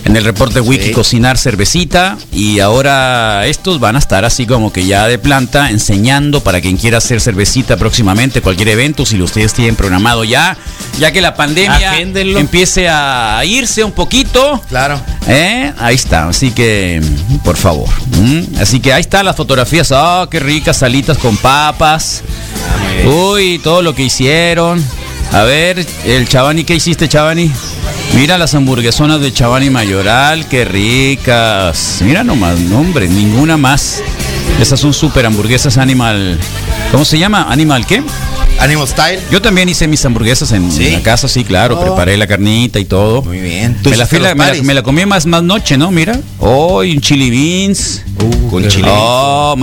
Speaker 3: en el reporte Wiki
Speaker 8: Sí.
Speaker 3: cocinar cervecita y ahora estos van a estar así como que ya de planta enseñando para quien quiera hacer cervecita próximamente cualquier evento si lo ustedes tienen programado ya, ya que la pandemia
Speaker 9: Agéndenlo.
Speaker 3: empiece a irse un poquito.
Speaker 8: Claro.
Speaker 3: ¿Eh? Ahí está, así que por favor. ¿Mm? Así que ahí están las fotografías. Ah, qué ricas salitas con papas. Uy, todo lo que hicieron. A ver, el Chavani, ¿qué hiciste, Chavani? Mira las hamburguesonas de Chavani Mayoral, qué ricas. Mira nomás, no, hombre, ninguna más. Esas son super hamburguesas Animal. ¿Cómo se llama? ¿Animal qué?
Speaker 8: Animal Style.
Speaker 3: Yo también hice mis hamburguesas en,
Speaker 8: ¿Sí?
Speaker 3: en la casa, sí, claro.
Speaker 8: Oh.
Speaker 3: Preparé la carnita y todo.
Speaker 8: Muy bien. ¿Tú
Speaker 3: Me la,
Speaker 8: hiciste
Speaker 3: fui-
Speaker 8: los
Speaker 3: la- me, la,
Speaker 8: paris?
Speaker 3: me la comí más, más noche, ¿no? Mira. Oh, y un chili beans.
Speaker 8: con chile.
Speaker 3: Oh,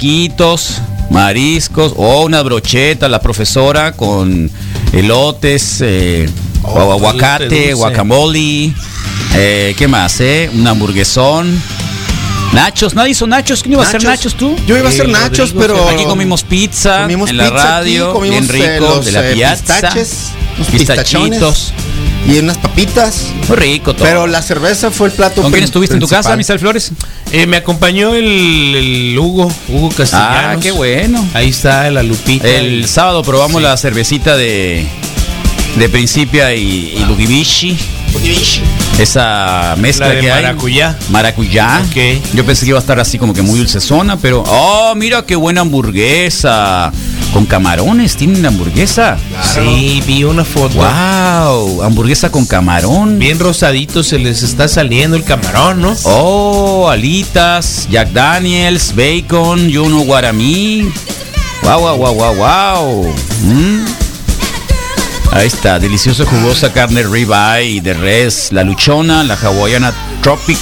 Speaker 3: marisquitos. Mariscos. Oh, una brocheta, la profesora con elotes, eh,
Speaker 9: Oh,
Speaker 3: guau- aguacate,
Speaker 9: dulce, dulce.
Speaker 3: guacamole. Eh, ¿Qué más, eh? Un hamburguesón. Nachos, nadie hizo nachos. ¿Quién iba a hacer nachos tú?
Speaker 8: Yo iba a
Speaker 9: Eh,
Speaker 8: hacer nachos,
Speaker 9: Rodrigo,
Speaker 8: pero.
Speaker 3: Aquí comimos pizza
Speaker 8: comimos
Speaker 3: en la
Speaker 8: pizza aquí,
Speaker 3: radio,
Speaker 8: comimos,
Speaker 3: bien rico,
Speaker 8: eh, los,
Speaker 3: de la
Speaker 8: eh,
Speaker 3: piazza,
Speaker 8: pistaches, los
Speaker 3: pistachitos,
Speaker 8: pistachones. y unas papitas.
Speaker 3: Muy rico todo.
Speaker 8: Pero la cerveza fue el plato
Speaker 3: ¿Con quién
Speaker 8: prin-
Speaker 3: estuviste en tu
Speaker 8: principal.
Speaker 3: casa, Misal Flores?
Speaker 9: Eh, me acompañó el, el Hugo, Hugo Castellanos.
Speaker 3: Ah, qué bueno.
Speaker 9: Ahí está la Lupita.
Speaker 3: El sábado probamos la cervecita de de Principia y,
Speaker 8: Ah.
Speaker 3: y Lugibishi. Esa mezcla
Speaker 9: La de
Speaker 3: que
Speaker 9: maracuyá.
Speaker 3: hay. Maracuyá. Yo pensé que iba a estar así como que muy dulcezona, pero oh, mira qué buena hamburguesa. Con camarones tienen hamburguesa.
Speaker 9: Sí, vi una foto.
Speaker 3: Wow, hamburguesa con camarón.
Speaker 9: Bien rosadito se les está saliendo el camarón, ¿no?
Speaker 3: Oh, alitas, Jack Daniels, bacon, Juno Guaramí. Wow, wow, wow, wow, wow. Mm. Ahí está, deliciosa jugosa carne ribeye de res, la luchona, la hawaiana tropic,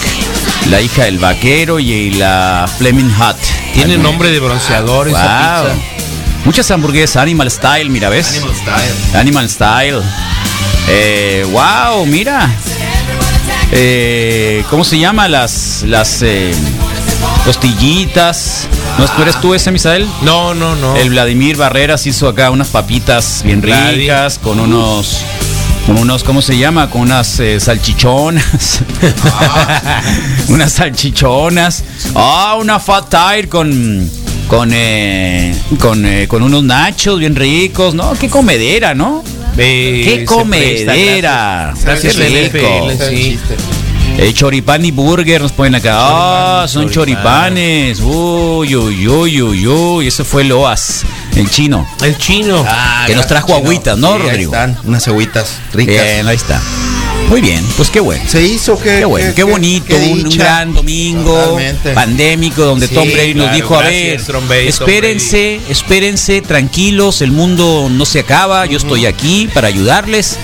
Speaker 3: la hija del vaquero y la Fleming Hut.
Speaker 9: Tiene nombre de bronceador esa
Speaker 3: Wow. Muchas hamburguesas, Animal Style, mira, ¿ves? Animal
Speaker 9: eh,
Speaker 3: Style. Animal Style. Eh, wow, mira. Eh, ¿Cómo se llama? Las las eh, costillitas. ¿No es- ¿tú eres tú ese, Misael?
Speaker 9: No, no, no.
Speaker 3: El Vladimir Barreras hizo acá unas papitas bien
Speaker 9: Vladi.
Speaker 3: ricas con unos... Con unos, ¿cómo se llama? Con unas eh, salchichonas.
Speaker 9: Ah.
Speaker 3: unas salchichonas. Ah, una fat tire con. Con, eh, con, eh, con unos nachos bien ricos, ¿no? Qué comedera, ¿no? ¡Qué
Speaker 9: se
Speaker 3: comedera!
Speaker 9: presta, gracias.
Speaker 3: Qué
Speaker 9: Gracias,
Speaker 3: rico.
Speaker 9: NFL, sí.
Speaker 3: Eh, choripán y burger nos ponen acá. Ah, son choripanes. Uy, uy, uy, uy, uy. Ese fue el OAS, el chino.
Speaker 9: El chino.
Speaker 3: que nos trajo
Speaker 8: chino.
Speaker 3: agüitas, ¿no,
Speaker 8: Sí, ahí
Speaker 3: Rodrigo?
Speaker 8: están, unas agüitas ricas.
Speaker 3: Bien, ahí está. Muy bien, pues qué bueno.
Speaker 8: Se hizo que.
Speaker 3: Qué bueno, qué, bonito, un, un gran domingo
Speaker 8: Totalmente.
Speaker 3: pandémico donde
Speaker 8: Sí,
Speaker 3: Tom Brady nos
Speaker 8: claro,
Speaker 3: dijo, a
Speaker 8: gracias,
Speaker 3: ver,
Speaker 8: Tom Brady, Tom
Speaker 3: espérense, espérense, tranquilos, el mundo no se acaba, yo estoy aquí para ayudarles,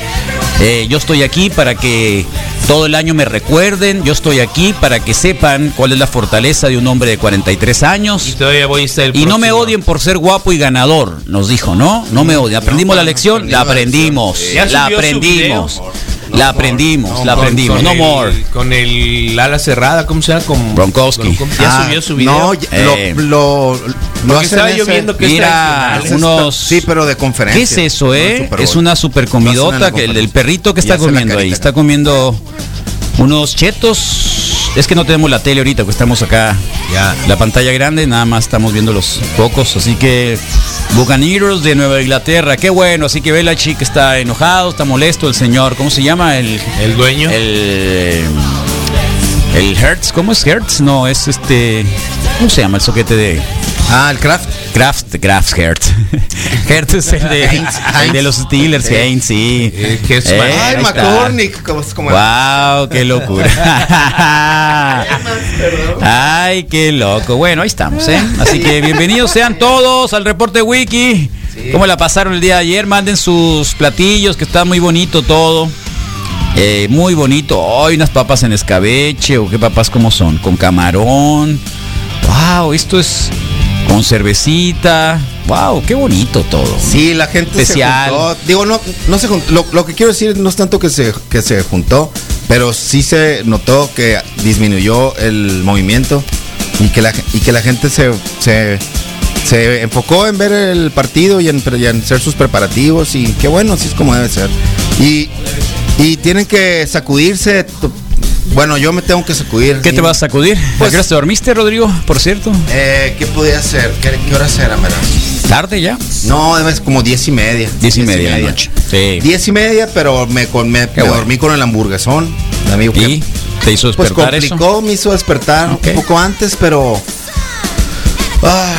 Speaker 3: eh, yo estoy aquí para que todo el año me recuerden, yo estoy aquí para que sepan cuál es la fortaleza de un hombre de 43 años.
Speaker 9: Todavía voy a estar el
Speaker 3: Y no me
Speaker 9: próximo.
Speaker 3: odien por ser guapo y ganador, nos dijo, ¿no? No me odien. Aprendimos la lección, la aprendimos,
Speaker 9: Ya
Speaker 3: la
Speaker 9: subió su
Speaker 3: aprendimos,
Speaker 9: video.
Speaker 3: la aprendimos, la
Speaker 9: Con-
Speaker 3: aprendimos,
Speaker 9: con
Speaker 3: no
Speaker 9: el-
Speaker 3: more.
Speaker 9: Con el ala cerrada, ¿cómo se llama? Con
Speaker 3: Bronkowski.
Speaker 9: Bronkowski. Ya
Speaker 8: Ah,
Speaker 9: subió su video.
Speaker 8: No, ya- lo-
Speaker 3: Eh.
Speaker 8: lo, lo
Speaker 9: Porque
Speaker 8: hacen
Speaker 9: estaba
Speaker 8: ese-
Speaker 9: yo viendo que es
Speaker 3: Mira,
Speaker 9: tradicional.
Speaker 3: unos.
Speaker 8: Sí, pero de conferencia.
Speaker 3: ¿Qué es eso,
Speaker 8: No el
Speaker 3: eh?
Speaker 8: Super Bowl.
Speaker 3: Es una super
Speaker 8: Lo hacen en la
Speaker 3: comidota que el, el
Speaker 8: conferencia.
Speaker 3: perrito que
Speaker 8: Y
Speaker 3: está
Speaker 8: hace la
Speaker 3: comiendo ahí.
Speaker 8: carita.
Speaker 3: Está comiendo unos chetos. Es que no tenemos la tele ahorita, pues estamos acá.
Speaker 8: Ya.
Speaker 3: La pantalla grande, nada más estamos viendo los pocos. Así que Bucaneros de Nueva Inglaterra, qué bueno. Así que Belichick está enojado, está molesto. El señor, ¿cómo se llama? El,
Speaker 9: El dueño.
Speaker 3: el, el Hertz, ¿cómo es Hertz? No, es este. ¿Cómo se llama el soquete de.?
Speaker 8: Ah, el craft.
Speaker 3: Kraft, Kraft Hertz. Hertz es el de,
Speaker 8: Heinz,
Speaker 3: el de los Steelers,
Speaker 8: Sí.
Speaker 3: Heinz, sí.
Speaker 9: Eh, que es-
Speaker 3: Eh,
Speaker 8: Ay,
Speaker 3: ahí está.
Speaker 8: McCormick. Como, como
Speaker 3: Wow, qué locura. Ay, qué loco. Bueno, ahí estamos, ¿eh? Así que bienvenidos sean todos al reporte Wiki. ¿Cómo la pasaron el día de ayer? Manden sus platillos, que está muy bonito todo. Eh, muy bonito. Hay unas papas en escabeche o qué papas como son, con camarón. Wow, esto es con cervecita. Wow, qué bonito todo.
Speaker 8: Sí, la gente
Speaker 3: Especial.
Speaker 8: se juntó. Digo, no, no se juntó. Lo, lo que quiero decir no es tanto que se, que se juntó, pero sí se notó que disminuyó el movimiento y que la, y que la gente se, se, se enfocó en ver el partido y en, y en hacer sus preparativos y qué bueno, así es como debe ser. Y, y tienen que sacudirse. to- Bueno, yo me tengo que sacudir.
Speaker 3: ¿Qué te vas a sacudir?
Speaker 8: Pues-
Speaker 3: ¿A qué hora te dormiste, Rodrigo? Por cierto.
Speaker 8: Eh, ¿Qué podía hacer? ¿Qué, qué hora será, verdad?
Speaker 3: Tarde ya.
Speaker 8: No, es como diez y media.
Speaker 3: Diez y media de la noche. Sí.
Speaker 8: Diez y media, pero me, con- me- me
Speaker 3: bueno.
Speaker 8: dormí con el hamburguesón. mi amigo que-
Speaker 3: ¿Y te hizo
Speaker 8: pues
Speaker 3: despertar eso? Ah,
Speaker 8: complicó, me hizo despertar
Speaker 3: Ok.
Speaker 8: un poco antes, pero. ah,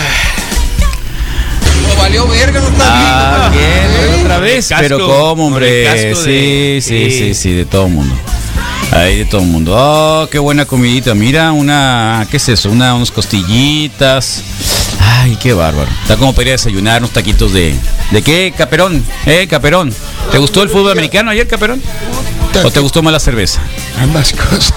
Speaker 3: Ah, bien, otra vez.
Speaker 9: Con el
Speaker 3: Pero
Speaker 9: casco,
Speaker 3: cómo, hombre.
Speaker 9: con el casco
Speaker 3: sí,
Speaker 9: de-
Speaker 3: sí, sí,
Speaker 9: sí.
Speaker 3: sí, de todo el mundo. Ahí de todo el mundo. Oh, qué buena comidita. Mira, una, ¿qué es eso? Una, unas costillitas. Ay, qué bárbaro. Está como para ir a desayunar unos taquitos de. ¿De qué, Caperón? ¿Eh, Caperón? ¿Te gustó el fútbol americano ayer, Caperón? ¿O te gustó más la cerveza?
Speaker 12: Ambas cosas.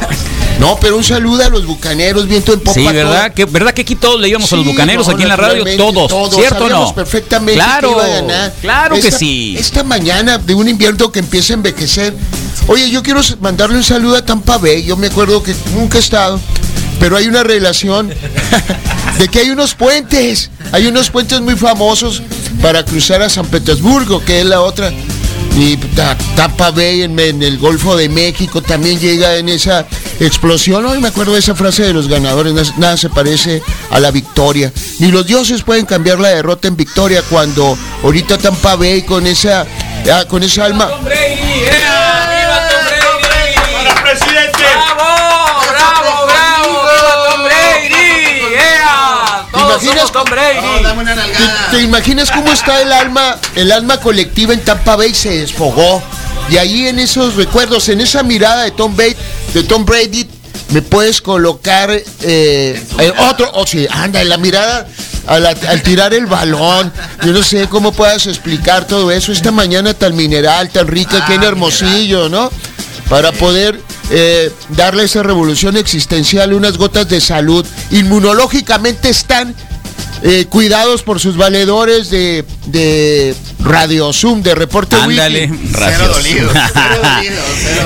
Speaker 12: No, pero un saludo a los bucaneros, viento en popa.
Speaker 3: Sí,
Speaker 12: todo.
Speaker 3: ¿verdad? Que, ¿Verdad que aquí todos le íbamos a los
Speaker 12: Pues, Sí,
Speaker 3: bucaneros
Speaker 12: no,
Speaker 3: aquí en la radio?
Speaker 12: naturalmente,
Speaker 3: Todos, ¿cierto o
Speaker 12: sabíamos
Speaker 3: no?
Speaker 12: perfectamente
Speaker 3: Claro,
Speaker 12: que iba a ganar.
Speaker 3: claro que
Speaker 12: Esta-
Speaker 3: sí.
Speaker 12: Esta mañana de un invierno que empieza a envejecer. Oye, yo quiero mandarle un saludo a Tampa Bay. Yo me acuerdo que nunca he estado, pero hay una relación de que hay unos puentes. Hay unos puentes muy famosos para cruzar a San Petersburgo, que es la otra. Y ta- Tampa Bay en, en el Golfo de México también llega en esa explosión. Hoy me acuerdo de esa frase de los ganadores, "Nas- pues nada se parece a la victoria. Ni los dioses pueden cambiar la derrota en victoria cuando ahorita Tampa Bay con esa, ah, con esa alma...
Speaker 13: eh, ¡Para presidente! ¡Bravo! ¡Bravo, bravo! ¡Viva Tom Brady! ¡Ea! ¡Todos somos Tom Brady!
Speaker 12: ¿Te, te imaginas cómo está el alma, el alma colectiva en Tampa Bay se desfogó? Y ahí en esos recuerdos, en esa mirada de Tom Brady, de Tom Brady, me puedes colocar eh, eh, otro, o sí, anda, en la mirada al, at- al tirar el balón. Yo no sé cómo puedas explicar todo eso esta mañana tan mineral, tan rica, que en Hermosillo, ¿no? Para poder eh, darle esa revolución existencial, unas gotas de salud. Inmunológicamente están eh, cuidados por sus valedores de, de Radio Zoom, de Reporte
Speaker 3: Ándale,
Speaker 12: Wiki.
Speaker 3: rayos.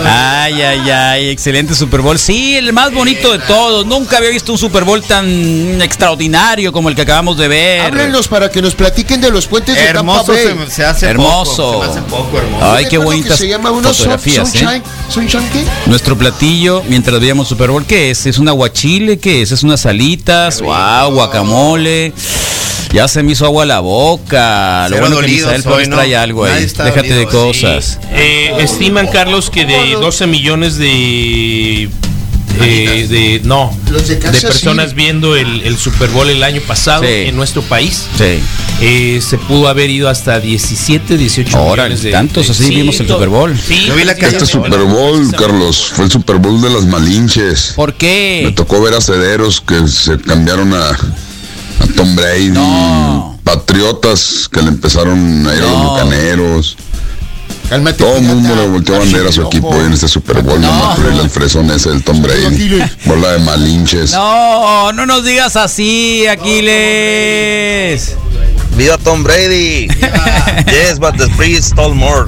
Speaker 3: Ay, ay, ay, excelente Super Bowl. Sí, el más bonito de todos. Nunca había visto un Super Bowl tan extraordinario como el que acabamos de ver.
Speaker 12: Háblenos para que nos platiquen de los puentes Este de Tampa
Speaker 8: Hermoso
Speaker 12: Bay.
Speaker 8: se, me- se hace
Speaker 3: Hermoso.
Speaker 8: poco. Se me hace poco, hermoso.
Speaker 3: Ay, qué
Speaker 12: Recuerdo que
Speaker 3: bonitas
Speaker 12: se llama uno Sun-
Speaker 3: fotografías, ¿eh?
Speaker 12: Sunshine, Sunshine, ¿qué?
Speaker 3: Nuestro platillo, mientras veíamos Super Bowl, ¿qué es? ¿Es un aguachile? ¿Qué es? ¿Es unas salitas? ¡Wow! Guacamole. Ya se me hizo agua la boca. Lo
Speaker 8: Cero
Speaker 3: bueno que
Speaker 8: dolidos
Speaker 3: Misael
Speaker 8: hoy,
Speaker 3: Flores
Speaker 8: ¿no?
Speaker 3: trae algo
Speaker 8: Nadie
Speaker 3: ahí.
Speaker 8: está
Speaker 3: Déjate de
Speaker 8: dolido,
Speaker 3: cosas.
Speaker 9: Eh, estiman, Carlos, que de 12 millones de. de, de- no,
Speaker 12: Los de
Speaker 9: de
Speaker 12: Kansas
Speaker 9: personas
Speaker 12: City.
Speaker 9: viendo el, el Super Bowl el año pasado en nuestro país, eh, se pudo haber ido hasta 17, 18 millones de
Speaker 3: tantos, así vimos el Super Bowl.
Speaker 9: Yo vi la calle.
Speaker 14: Este Super Bowl, Carlos, fue el Super Bowl de las Malinches.
Speaker 3: ¿Por qué?
Speaker 14: Me tocó ver a Cederos que se cambiaron a, a Tom Brady. Patriotas que le empezaron a ir a los bucaneros. Todo el mundo le volteó bandera a su equipo en este Super Bowl, no, más por el alfresón ese del Tom Brady. Bola de Malinches.
Speaker 3: No, no nos digas así, Aquiles.
Speaker 15: Viva Tom Brady. yes, but the priest stole more.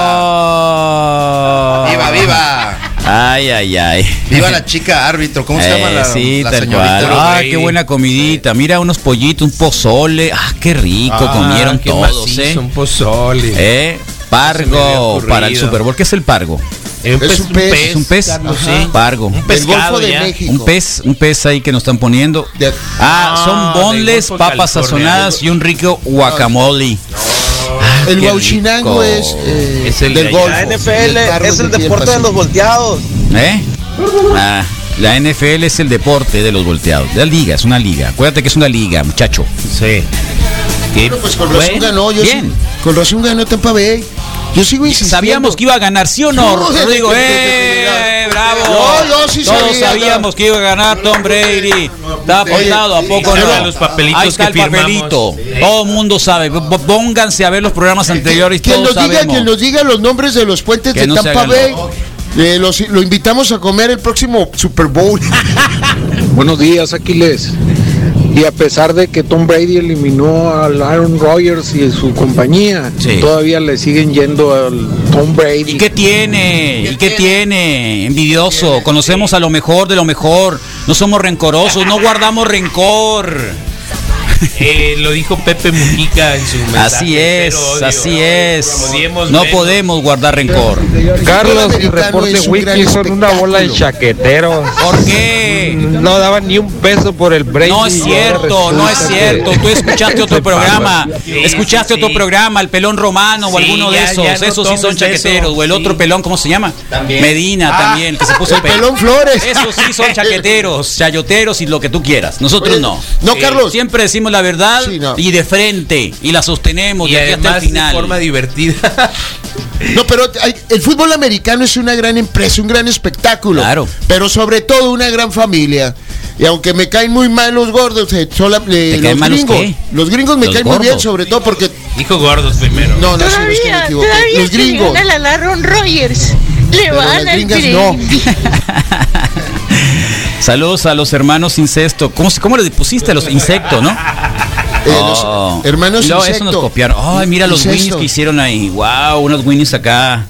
Speaker 8: Ah, Viva, viva.
Speaker 3: Oh. Ay, ay, ay.
Speaker 8: Viva la chica árbitro. ¿Cómo se llama
Speaker 3: Eh,
Speaker 8: la,
Speaker 3: sí,
Speaker 8: la
Speaker 3: tal
Speaker 8: señorita?
Speaker 3: cual. Ah, qué buena comidita. Mira, unos pollitos, un pozole. Ah, qué rico
Speaker 9: Ah,
Speaker 3: comieron
Speaker 9: qué
Speaker 3: todos,
Speaker 9: macizo,
Speaker 3: ¿eh?
Speaker 9: Un pozole. Se
Speaker 3: Eh,
Speaker 9: me había
Speaker 3: Pargo
Speaker 9: ocurrido.
Speaker 3: para el Super Bowl. ¿Qué es el pargo?
Speaker 9: un Es pez, un un pez, pez,
Speaker 3: Es un pez.
Speaker 9: Carlos,
Speaker 3: Ajá.
Speaker 9: sí.
Speaker 3: Pargo.
Speaker 9: Un pescado Golfo de ya. México.
Speaker 3: Un pez, un pez ahí que nos están poniendo. Ah,
Speaker 9: Ah,
Speaker 3: son
Speaker 9: del
Speaker 3: bonles,
Speaker 9: Golfo de
Speaker 3: papas
Speaker 9: California.
Speaker 3: sazonadas y un rico guacamole. Ah,
Speaker 12: El
Speaker 3: qué rico.
Speaker 12: Huauchinango es, eh,
Speaker 3: Es el
Speaker 12: del
Speaker 3: de
Speaker 12: golf.
Speaker 3: allá.
Speaker 15: volteados.
Speaker 3: ¿Eh? Ah, la NFL es el deporte de los volteados. La liga, es una liga. Acuérdate que es una liga, muchacho. Sí.
Speaker 12: Bueno, pues con razón
Speaker 3: Bueno,
Speaker 12: ganó. Yo
Speaker 3: bien.
Speaker 12: sí- con razón ganó Tampa Bay. Yo sigo insistiendo.
Speaker 3: Sabíamos que iba a ganar, ¿sí o no?
Speaker 12: No, desde-
Speaker 3: Rodrigo,
Speaker 12: desde-
Speaker 3: ¡eh! ¡Bravo!
Speaker 12: Yo- yo sí
Speaker 3: Todos
Speaker 12: sabía,
Speaker 3: sabíamos que iba a ganar Tom Brady. Está apuntado, ¿a poco
Speaker 9: ahí
Speaker 3: no?
Speaker 9: están los papelitos
Speaker 3: Ahí está
Speaker 9: que
Speaker 3: el
Speaker 9: firmamos.
Speaker 3: papelito. Todo el mundo sabe. P- p- Pónganse a ver los programas anteriores.
Speaker 12: Quien
Speaker 3: Todos
Speaker 12: nos diga,
Speaker 3: sabemos.
Speaker 12: quien nos diga los nombres de los puentes
Speaker 3: Que
Speaker 12: de
Speaker 3: no se
Speaker 12: Tampa
Speaker 3: hagan
Speaker 12: Bay. eh, los- lo invitamos a comer el próximo Super Bowl.
Speaker 16: Buenos días, Aquiles. Y a pesar de que Tom Brady eliminó al Aaron Rodgers y su compañía, todavía le siguen yendo al Tom Brady.
Speaker 3: ¿Y qué tiene? ¿Y qué tiene? Envidioso. Conocemos a lo mejor de lo mejor. No somos rencorosos, no guardamos rencor.
Speaker 9: Eh, lo dijo Pepe Mujica en su mensaje.
Speaker 3: Así es,
Speaker 9: pero odio,
Speaker 3: así
Speaker 9: ¿no?
Speaker 3: es.
Speaker 9: Odiemos
Speaker 3: No
Speaker 9: menos.
Speaker 3: podemos guardar rencor.
Speaker 16: Carlos y Reporte Wiki son una bola de chaqueteros.
Speaker 3: ¿Por qué?
Speaker 16: No daban ni un peso por el Brady.
Speaker 3: No es cierto, no es cierto. Tú escuchaste otro programa. Escuchaste otro programa, el pelón romano o
Speaker 9: Sí,
Speaker 3: alguno de
Speaker 9: ya-
Speaker 3: esos.
Speaker 9: ya no
Speaker 3: esos sí
Speaker 9: tomes
Speaker 3: son
Speaker 9: eso,
Speaker 3: chaqueteros. O el otro pelón, ¿cómo se llama?
Speaker 9: También.
Speaker 3: Medina
Speaker 9: Ah,
Speaker 3: también, que se puso
Speaker 12: el
Speaker 3: pe-
Speaker 12: pelón Flores.
Speaker 3: Esos sí son chaqueteros, chayoteros y lo que tú quieras. Nosotros
Speaker 12: Oye,
Speaker 3: no.
Speaker 12: no,
Speaker 3: Sí.
Speaker 12: Carlos.
Speaker 3: Siempre decimos la verdad
Speaker 12: Sí, no.
Speaker 3: y de frente y la sostenemos
Speaker 9: Y
Speaker 3: de aquí hasta el
Speaker 9: además de
Speaker 3: final.
Speaker 9: forma
Speaker 3: divertida.
Speaker 12: No, pero hay- el fútbol americano es una gran empresa, un gran espectáculo. Claro. Pero sobre todo una gran familia. Y aunque me caen muy mal los gordos, eh, sola- eh,
Speaker 9: ¿Te caen
Speaker 12: los
Speaker 9: mal los
Speaker 12: gringos.
Speaker 9: qué?
Speaker 12: Los gringos me
Speaker 9: Los
Speaker 12: caen muy bien,
Speaker 9: gordos.
Speaker 12: sobre todo porque.
Speaker 9: Dijo gordos primero.
Speaker 12: No, no, sí, no es que me
Speaker 17: Todavía,
Speaker 12: equivoqué.
Speaker 17: todavía
Speaker 12: Los
Speaker 17: se le
Speaker 12: gringos.
Speaker 17: gana la Aaron Rodgers. Le
Speaker 12: Pero las
Speaker 17: van al
Speaker 12: gringas
Speaker 17: Brady.
Speaker 12: no.
Speaker 3: Saludos a los hermanos incesto. ¿Cómo, se- cómo le pusiste a los insectos, no? Oh.
Speaker 12: Eh, hermanos
Speaker 3: No, eso
Speaker 12: insecto.
Speaker 3: nos copiaron. Ay, mira los
Speaker 12: Incesto.
Speaker 3: winnies que hicieron ahí. Wow, unos winnies acá.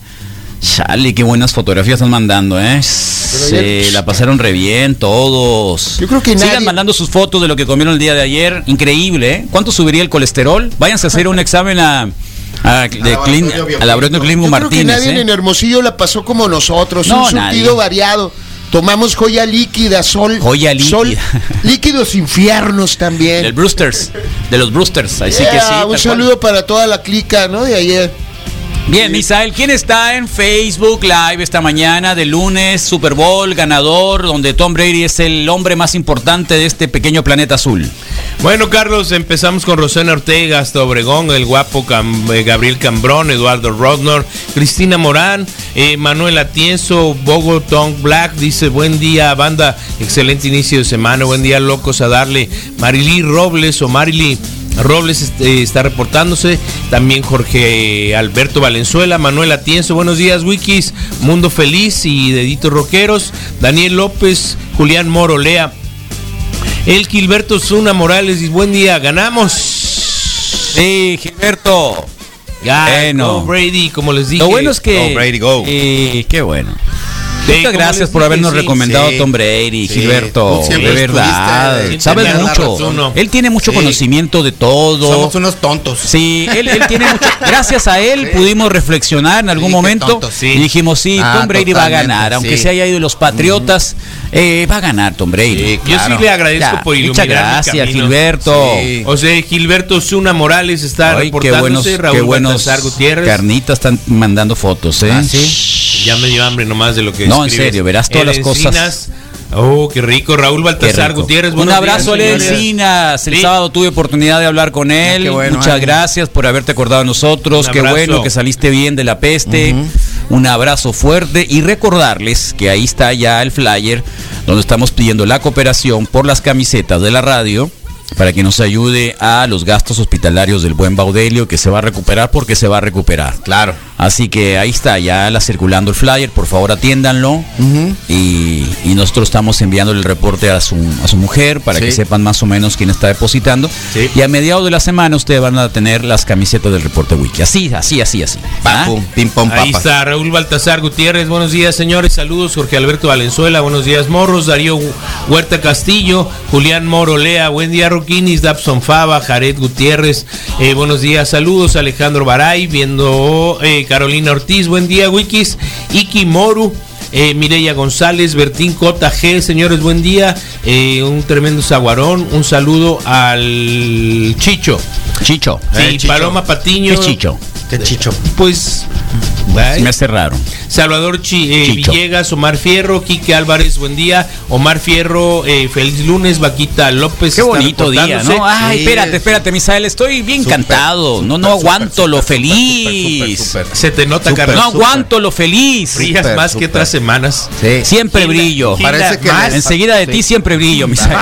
Speaker 3: Chale, qué buenas fotografías están mandando, ¿eh? Se la pasaron re bien todos.
Speaker 12: pues, Yo creo que
Speaker 3: Sigan
Speaker 12: nadie-
Speaker 3: mandando sus fotos de lo que comieron el día de ayer. Increíble, ¿eh? ¿Cuánto subiría el colesterol? Váyanse a hacer un examen a,
Speaker 12: Ah,
Speaker 3: A, de a Clint, a la Breton Clint
Speaker 12: Yo creo que
Speaker 3: Martínez.
Speaker 12: nadie
Speaker 3: ¿eh?
Speaker 12: en Hermosillo la pasó como nosotros.
Speaker 3: No,
Speaker 12: un surtido
Speaker 3: nadie.
Speaker 12: variado. Tomamos joya líquida, sol.
Speaker 3: Joya líquida.
Speaker 12: sol, líquidos infiernos también.
Speaker 3: Del Brewsters, de los Brewsters, así
Speaker 12: Yeah,
Speaker 3: que sí.
Speaker 12: un
Speaker 3: tal cual.
Speaker 12: saludo para toda la clica, ¿no? De ayer.
Speaker 3: Bien, Misael, ¿quién está en Facebook Live esta mañana de lunes, Super Bowl, ganador, donde Tom Brady es el hombre más importante de este pequeño planeta azul?
Speaker 9: Bueno, Carlos, empezamos con Rosana Ortega, hasta Obregón, el guapo Cam- eh, Gabriel Cambrón, Eduardo Rodnor, Cristina Morán, eh, Manuel Atienzo, Bogotón Black, dice buen día, banda, excelente inicio de semana, buen día, locos a darle. Marilí Robles o Marilí. Robles este, está reportándose, también Jorge Alberto Valenzuela, Manuel Atienzo, buenos días Wikis, Mundo Feliz y Deditos Roqueros, Daniel López, Julián Moro, Lea, el Gilberto Zuna Morales, y buen día, ganamos. Sí,
Speaker 3: Gilberto.
Speaker 9: Gano. Brady, como les dije.
Speaker 3: Lo bueno es que.
Speaker 9: Go Brady, go.
Speaker 3: Eh, qué bueno.
Speaker 9: Sí,
Speaker 3: Muchas
Speaker 9: ¿cómo
Speaker 3: gracias
Speaker 9: les
Speaker 3: por
Speaker 9: dije?
Speaker 3: habernos
Speaker 9: Sí,
Speaker 3: recomendado
Speaker 9: sí.
Speaker 3: a Tom Brady,
Speaker 9: Sí,
Speaker 3: Gilberto.
Speaker 9: tú
Speaker 3: De
Speaker 9: siempre
Speaker 3: verdad.
Speaker 9: estuviste, eh,
Speaker 3: Sabes
Speaker 9: tenías
Speaker 3: mucho.
Speaker 9: razón, ¿no?
Speaker 3: Él tiene mucho
Speaker 9: Sí.
Speaker 3: conocimiento de todo.
Speaker 8: Somos unos tontos.
Speaker 3: Sí, él, él tiene mucho. Gracias a él pudimos reflexionar en algún
Speaker 8: qué
Speaker 3: momento.
Speaker 8: tontos, sí.
Speaker 3: Y dijimos, sí,
Speaker 8: Ah,
Speaker 3: Tom Brady va a
Speaker 8: totalmente,
Speaker 3: ganar. Aunque
Speaker 8: sí.
Speaker 3: se haya ido los Patriotas, eh, va a ganar Tom Brady.
Speaker 9: Yo sí le agradezco
Speaker 3: Ya,
Speaker 9: por iluminar
Speaker 3: Muchas gracias,
Speaker 9: mi camino.
Speaker 3: Gilberto.
Speaker 9: Sí. O sea, Gilberto Zuna Morales está
Speaker 3: Ay, qué
Speaker 9: reportándose,
Speaker 3: buenos,
Speaker 9: eh, Raúl
Speaker 3: qué buenos
Speaker 9: Baltasar Gutiérrez.
Speaker 3: carnitas están mandando fotos, ¿eh?
Speaker 9: Ah, Ya me dio hambre nomás de lo que
Speaker 3: No, en
Speaker 9: escribes.
Speaker 3: serio, verás todas
Speaker 9: Ed
Speaker 3: las cosas.
Speaker 9: Encinas. Oh, qué rico, Raúl Baltasar
Speaker 3: rico.
Speaker 9: Gutiérrez.
Speaker 3: Un
Speaker 9: buenos días,
Speaker 3: abrazo a Alex
Speaker 9: señores.
Speaker 3: Encinas. El sábado tuve oportunidad de hablar con
Speaker 8: Ah,
Speaker 3: él.
Speaker 9: qué bueno,
Speaker 3: Muchas
Speaker 8: eh.
Speaker 9: Alex.
Speaker 3: gracias por haberte acordado de nosotros.
Speaker 9: Un
Speaker 3: Qué
Speaker 9: abrazo.
Speaker 3: bueno que saliste bien de la peste. Un abrazo fuerte y recordarles que ahí está ya el flyer donde estamos pidiendo la cooperación por las camisetas de la radio para que nos ayude a los gastos hospitalarios del buen Baudelio que se va a recuperar porque se va a recuperar. Claro. Así que ahí está ya la circulando el flyer, por favor atiéndanlo. Y, y nosotros estamos enviando el reporte a su, a su mujer para
Speaker 8: Sí.
Speaker 3: que sepan más o menos quién está depositando. Y a mediados de la semana ustedes van a tener las camisetas del reporte wiki. Así, así, así, así. Pum, pim, pom,
Speaker 9: Ah, Ahí está Raúl Baltasar Gutiérrez, buenos días señores, saludos Jorge Alberto Valenzuela, buenos días Morros, Darío Huerta Castillo, Julián Morolea, buen día Roquinis, Dabson Fava, Jared Gutiérrez, eh, buenos días, saludos Alejandro Baray, viendo eh, Carolina Ortiz, buen día Wikis, Iki Moru. eh, Mireya González, Bertín Cota G, señores, buen día. eh, un tremendo zaguarón. Un saludo al Chicho.
Speaker 3: Chicho.
Speaker 9: Sí,
Speaker 3: Eh, Chicho.
Speaker 9: Paloma Patiño.
Speaker 3: ¿Qué Chicho?
Speaker 9: ¿Qué Chicho? Pues.
Speaker 3: Se me hace raro.
Speaker 9: Salvador Chi- eh,
Speaker 3: Chicho.
Speaker 9: Villegas, Omar Fierro, Quique Álvarez, buen día. Omar Fierro, eh, feliz lunes, Vaquita López.
Speaker 3: Qué
Speaker 9: está
Speaker 3: bonito día,
Speaker 9: reportándose.
Speaker 3: ¿no? Ay, espérate, espérate, Misael, estoy bien encantado. No, no aguanto lo feliz.
Speaker 9: Se te nota,
Speaker 3: Super,
Speaker 9: Carlos.
Speaker 3: No aguanto lo feliz.
Speaker 9: Brillas más que otras semanas.
Speaker 3: Siempre brillo.
Speaker 9: Gila
Speaker 3: Parece que
Speaker 9: más.
Speaker 3: enseguida de ti
Speaker 9: Sí.
Speaker 3: siempre brillo, Misael.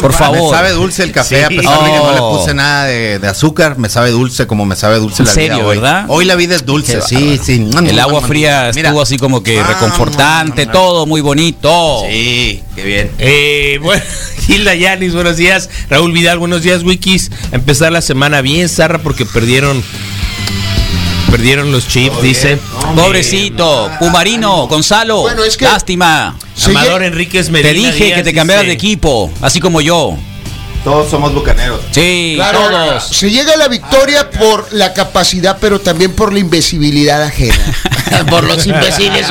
Speaker 3: Por
Speaker 8: Ah, Me
Speaker 3: favor.
Speaker 8: sabe dulce el café, a
Speaker 3: Sí.
Speaker 8: pesar de que no le
Speaker 3: Oh.
Speaker 8: puse nada de, de azúcar, me sabe dulce como me sabe dulce
Speaker 3: En
Speaker 8: la
Speaker 3: serio,
Speaker 8: vida hoy.
Speaker 3: ¿verdad?
Speaker 8: Hoy la vida es dulce,
Speaker 3: Qué
Speaker 8: sí,
Speaker 3: bárbaro.
Speaker 8: sí.
Speaker 9: Ah,
Speaker 3: El agua fría estuvo así como que reconfortante, todo muy bonito.
Speaker 8: Sí, qué bien.
Speaker 9: Eh, bueno, Gilda Yanis, buenos días. Raúl Vidal, buenos días, Wikis. Empezar la semana bien, Zarra, porque perdieron. Perdieron los chips, dice.
Speaker 3: Pobrecito, Pumarino, Gonzalo, lástima.
Speaker 9: Amador Enríquez Medina
Speaker 3: Te dije
Speaker 9: Díaz
Speaker 3: que te cambiaras de
Speaker 9: dice-
Speaker 3: equipo, así como yo.
Speaker 8: Todos somos bucaneros.
Speaker 3: Sí, todos.
Speaker 12: Se llega a la victoria por la capacidad, pero también por la imbecilidad ajena.
Speaker 13: Por los imbéciles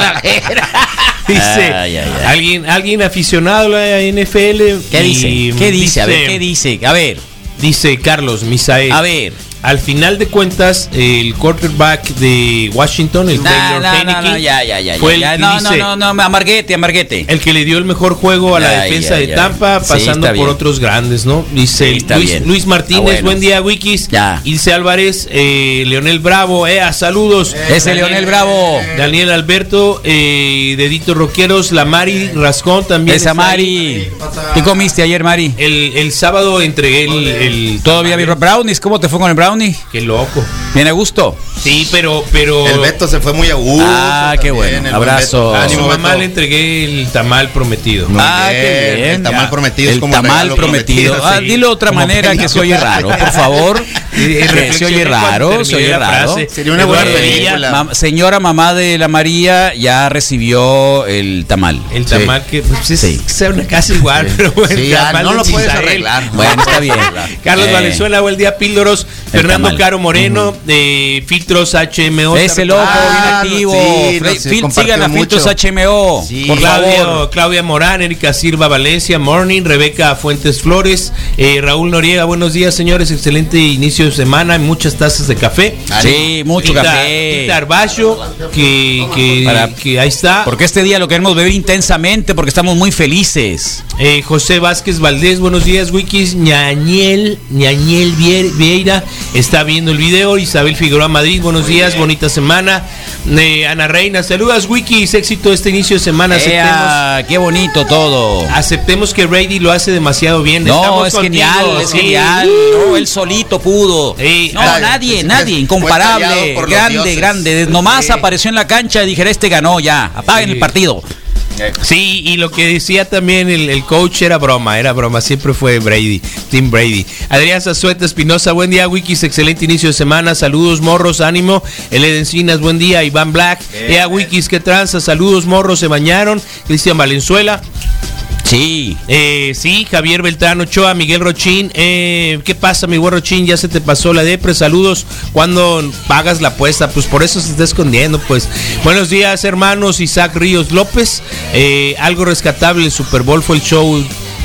Speaker 9: Dice,
Speaker 3: Ay, ay, ay.
Speaker 9: alguien alguien aficionado a la NFL. y
Speaker 3: ¿Qué dice? ¿Qué dice? A ver, ¿qué dice? A ver.
Speaker 9: Dice Carlos Misael.
Speaker 3: A ver.
Speaker 9: Al final de cuentas, el quarterback de Washington, el
Speaker 3: No,
Speaker 9: Taylor
Speaker 3: no, no,
Speaker 9: Heineke,
Speaker 3: no, ya, ya, ya.
Speaker 9: fue
Speaker 3: ya, ya.
Speaker 9: el que
Speaker 3: No,
Speaker 9: dice-
Speaker 3: no, no, no, amarguete, amarguete.
Speaker 9: El que le dio el mejor juego a la
Speaker 3: Ay,
Speaker 9: defensa
Speaker 3: ay,
Speaker 9: de
Speaker 3: ay.
Speaker 9: Tampa,
Speaker 3: Sí,
Speaker 9: pasando
Speaker 3: está
Speaker 9: por
Speaker 3: bien.
Speaker 9: otros grandes, ¿no? Dice
Speaker 3: Sí, está
Speaker 9: Luis,
Speaker 3: bien.
Speaker 9: Luis Martínez,
Speaker 3: Ah, bueno.
Speaker 9: buen día, Wikis. Ilse Álvarez, eh, Leonel Bravo, EA, saludos.
Speaker 3: Ese Leonel Bravo.
Speaker 9: Daniel Alberto, eh, Dedito Roqueros, la Mari Rascón también.
Speaker 3: Esa
Speaker 9: está ahí.
Speaker 3: Mari. ¿Qué comiste ayer, Mari?
Speaker 9: El, el sábado entregué el. el-
Speaker 3: Todavía vi brownies. ¿Cómo te fue con el brownie?
Speaker 9: Qué loco.
Speaker 3: Bien a gusto.
Speaker 9: Sí, pero. pero
Speaker 8: El Beto se fue muy a gusto.
Speaker 3: Ah, qué bueno.
Speaker 8: el buen
Speaker 3: Abrazo.
Speaker 8: Beto. Ah,
Speaker 9: a su
Speaker 8: Ánimo,
Speaker 9: mamá
Speaker 8: Beto.
Speaker 9: le entregué el tamal prometido.
Speaker 3: Ah, qué bien.
Speaker 8: El tamal prometido es
Speaker 3: El
Speaker 8: como
Speaker 3: tamal
Speaker 8: regalo
Speaker 3: prometido.
Speaker 8: prometido,
Speaker 3: Ah,
Speaker 8: sí.
Speaker 3: dilo de otra
Speaker 8: Como
Speaker 3: manera que
Speaker 8: regalo.
Speaker 3: soy raro, por favor. Eh, se oye raro, se oye raro.
Speaker 8: Sería una buena
Speaker 3: Eh,
Speaker 8: película.
Speaker 3: mam- señora mamá de la María ya recibió el tamal.
Speaker 9: El tamal que pues, es suena casi igual, pero bueno,
Speaker 3: Sí,
Speaker 9: el
Speaker 3: ah,
Speaker 9: tamal
Speaker 3: no
Speaker 9: de
Speaker 3: lo puedes
Speaker 9: Chisael.
Speaker 3: arreglar. Bueno, está bien.
Speaker 9: Carlos
Speaker 3: Eh.
Speaker 9: Valenzuela, buen día, Píldoros.
Speaker 3: El
Speaker 9: Fernando
Speaker 3: tamal.
Speaker 9: Caro Moreno, de Filtros HMO.
Speaker 3: Ese loco, bien activo.
Speaker 8: Ah,
Speaker 3: Fre- Fil- sigan a Filtros HMO. por
Speaker 9: Claudio-
Speaker 3: favor.
Speaker 9: Claudia Morán, Erika Silva Valencia, Morning, Rebeca Fuentes Flores, eh, Raúl Noriega, buenos días señores, excelente inicio de semana, hay muchas tazas de café.
Speaker 3: Ah, Sí, mucho
Speaker 9: Tita-
Speaker 3: café.
Speaker 9: Tita Arballo, que, que-
Speaker 3: Para-
Speaker 9: que ahí está.
Speaker 3: Porque este día lo queremos beber intensamente porque estamos muy felices.
Speaker 9: Eh, José Vázquez Valdés, buenos días, Wikis. Ñañel, Ñañel Vie- Vieira está viendo el video. Isabel Figueroa Madrid, buenos días, bonita semana. Eh, Ana Reina, saludas, Wikis. Éxito este inicio de semana.
Speaker 3: Ea, qué bonito todo.
Speaker 9: Aceptemos que Brady lo hace demasiado bien.
Speaker 3: No,
Speaker 9: Estamos
Speaker 3: es
Speaker 9: contigo,
Speaker 3: genial, es
Speaker 9: sí.
Speaker 3: genial. No, él solito pudo. no,
Speaker 9: ah,
Speaker 3: nadie,
Speaker 9: es-
Speaker 3: nadie,
Speaker 9: fue
Speaker 3: incomparable.
Speaker 9: tallado por los
Speaker 3: Grande,
Speaker 9: dioses.
Speaker 3: grande. Des- Nomás apareció en la cancha y dije, este ganó ya. Apaguen el partido.
Speaker 9: Sí, y lo que decía también el, el coach era broma, era broma, siempre fue Brady, Tim Brady. Adrián Zazueta Espinosa, buen día, Wikis, excelente inicio de semana, saludos, morros, ánimo, El Encinas, buen día, Iván Black, Ea Wikis, qué tranza, saludos, morros, se bañaron, Cristian Valenzuela.
Speaker 3: Sí.
Speaker 9: Eh, sí, Javier Beltrán Ochoa, Miguel Rochín. eh, ¿Qué pasa, mi buen Rochín? Ya se te pasó la depre. Saludos. cuando pagas la apuesta? Pues por eso se está escondiendo, pues. Buenos días, hermanos. Isaac Ríos López. eh, algo rescatable. El Super Bowl fue el show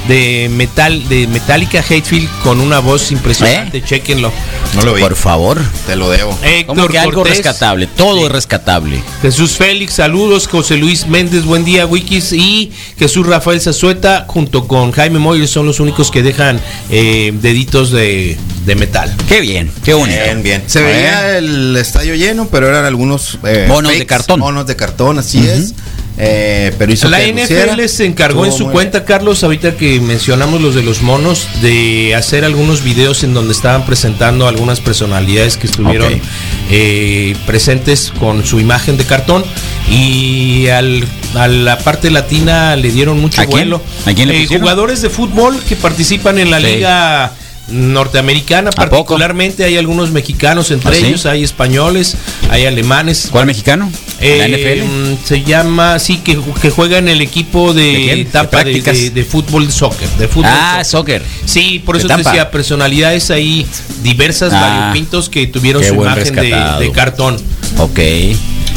Speaker 9: de metal de Metallica Hatefield con una voz impresionante. Chequenlo.
Speaker 8: No lo vi.
Speaker 3: Por favor.
Speaker 8: Te lo debo.
Speaker 3: Como que algo rescatable, todo es rescatable.
Speaker 9: Jesús Félix, saludos. José Luis Méndez, buen día, Wikis. Y Jesús Rafael Zazueta, junto con Jaime Moyer, son los únicos que dejan eh, deditos de, de metal.
Speaker 3: Qué bien, qué bonito.
Speaker 8: Bien, bien. Se
Speaker 9: Bueno.
Speaker 8: veía el estadio lleno, pero eran algunos eh,
Speaker 9: Bonos de
Speaker 8: cartón. Bonos de cartón, así es. Eh, pero hizo
Speaker 9: La
Speaker 8: que luciera.
Speaker 9: NFL se encargó en
Speaker 8: Estuvo
Speaker 9: su
Speaker 8: muy
Speaker 9: cuenta, Carlos, ahorita que mencionamos los de los monos, de hacer algunos videos en donde estaban presentando algunas personalidades que estuvieron
Speaker 3: Ok.
Speaker 9: eh, presentes con su imagen de cartón. Y al, a la parte latina le dieron mucho
Speaker 3: ¿A quién?
Speaker 9: vuelo.
Speaker 3: ¿A quién le
Speaker 9: Eh,
Speaker 3: pusieron?
Speaker 9: jugadores de fútbol que participan en la
Speaker 3: Sí.
Speaker 9: liga norteamericana, particularmente hay algunos mexicanos entre
Speaker 3: ¿Ah, sí?
Speaker 9: ellos, hay españoles, hay alemanes.
Speaker 3: ¿Cuál mexicano?
Speaker 9: Eh,
Speaker 3: ¿La NFL?
Speaker 9: mm, Se llama, sí, que, ju- que juega en el equipo de,
Speaker 3: quién?
Speaker 9: Tampa,
Speaker 3: ¿De
Speaker 9: de,
Speaker 3: prácticas?
Speaker 9: de- de fútbol soccer. De fútbol
Speaker 3: Ah, soccer.
Speaker 9: Sí, por
Speaker 3: ¿De
Speaker 9: eso te
Speaker 3: Tampa?
Speaker 9: decía, personalidades ahí diversas,
Speaker 3: Ah,
Speaker 9: variopintos que tuvieron
Speaker 3: qué
Speaker 9: su
Speaker 3: buen
Speaker 9: imagen de,
Speaker 3: rescatado.
Speaker 9: de cartón.
Speaker 3: Ok.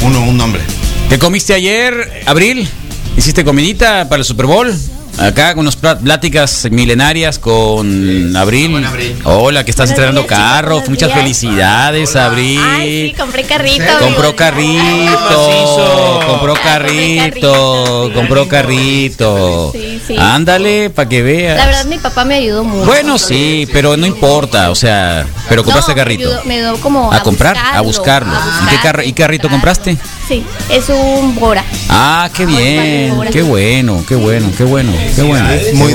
Speaker 8: Uno, un nombre.
Speaker 3: ¿Qué comiste ayer, Abril? ¿Hiciste comidita para el Super Bowl? Acá con unas plat- pláticas milenarias con Abril. Hola, que estás
Speaker 18: Buenos
Speaker 3: estrenando
Speaker 18: días, chicos,
Speaker 3: carro.
Speaker 18: buenos
Speaker 3: Muchas
Speaker 18: días.
Speaker 3: felicidades, Abril.
Speaker 18: Sí, compré carrito.
Speaker 3: Compró
Speaker 18: amigo.
Speaker 3: carrito, compró carrito, compró carrito.
Speaker 18: Sí, sí.
Speaker 3: Ándale, para que
Speaker 18: La
Speaker 3: veas.
Speaker 18: verdad, mi papá me ayudó mucho.
Speaker 3: Bueno, sí, pero no importa, o sea, pero compraste
Speaker 18: No,
Speaker 3: carrito.
Speaker 18: Me, ayudó, me ayudó como
Speaker 3: A comprar, a
Speaker 18: buscarlo,
Speaker 3: buscarlo. ¿Y qué, carro- y qué carrito compraste?
Speaker 18: Sí, es un Bora.
Speaker 3: Ah, qué bien, qué bueno, qué bueno, qué bueno, qué bueno.
Speaker 8: Muy de, muy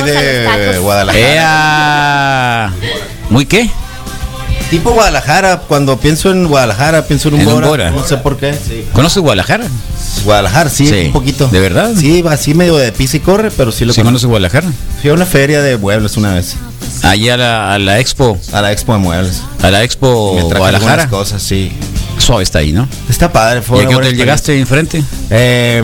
Speaker 8: de Eh,
Speaker 3: Guadalajara. ¿Muy qué?
Speaker 8: Tipo Guadalajara. Cuando pienso en Guadalajara, pienso en un,
Speaker 3: En un
Speaker 8: Bora.
Speaker 3: Bora.
Speaker 8: No sé por qué.
Speaker 3: ¿Conoces Guadalajara?
Speaker 8: Guadalajara, sí,
Speaker 3: Sí.
Speaker 8: un poquito.
Speaker 3: ¿De verdad?
Speaker 8: Sí, va así medio de pisa y corre, pero sí lo
Speaker 3: ¿Sí
Speaker 8: conozco.
Speaker 3: conoces Guadalajara?
Speaker 8: Fui a una feria de muebles una vez.
Speaker 3: Allá a la, a la expo.
Speaker 8: A la expo de muebles.
Speaker 3: A la expo
Speaker 8: Me traje
Speaker 3: Oh, Guadalajara.
Speaker 8: algunas cosas, sí.
Speaker 3: Suave está ahí, ¿no?
Speaker 8: Está padre.
Speaker 3: ¿Y
Speaker 8: Fue
Speaker 3: a
Speaker 8: una
Speaker 3: qué
Speaker 8: buena
Speaker 3: hotel llegaste enfrente?
Speaker 8: Eh,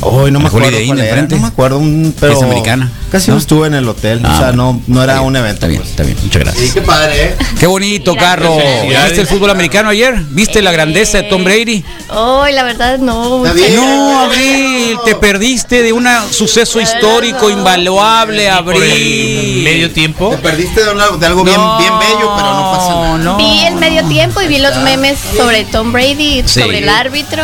Speaker 8: hoy no
Speaker 3: ¿Al
Speaker 8: me acuerdo
Speaker 3: Holiday Inn
Speaker 8: cuál era,
Speaker 3: enfrente?
Speaker 8: no me acuerdo, un, pero
Speaker 3: Es americana,
Speaker 8: Casi
Speaker 3: ¿no?
Speaker 8: no, estuve en el hotel,
Speaker 3: Ah,
Speaker 8: o sea, no, no era
Speaker 3: está bien,
Speaker 8: un evento.
Speaker 3: Está
Speaker 8: pues.
Speaker 3: bien, está bien. Muchas gracias.
Speaker 8: qué padre, ¿eh?
Speaker 3: Qué bonito, carro.
Speaker 8: Felicidades.
Speaker 3: ¿Viste el fútbol americano ayer? ¿Viste la grandeza de Tom Brady?
Speaker 18: Ay, la verdad, no. muchachos.
Speaker 3: No, Abril, te perdiste de un suceso histórico invaluable, Abril.
Speaker 9: Medio tiempo.
Speaker 8: Te perdiste de, una- de algo bien, bien bello, pero no pasa nada.
Speaker 18: Vi el medio tiempo y vi los memes sobre Tom Brady,
Speaker 3: Sí.
Speaker 18: sobre el árbitro.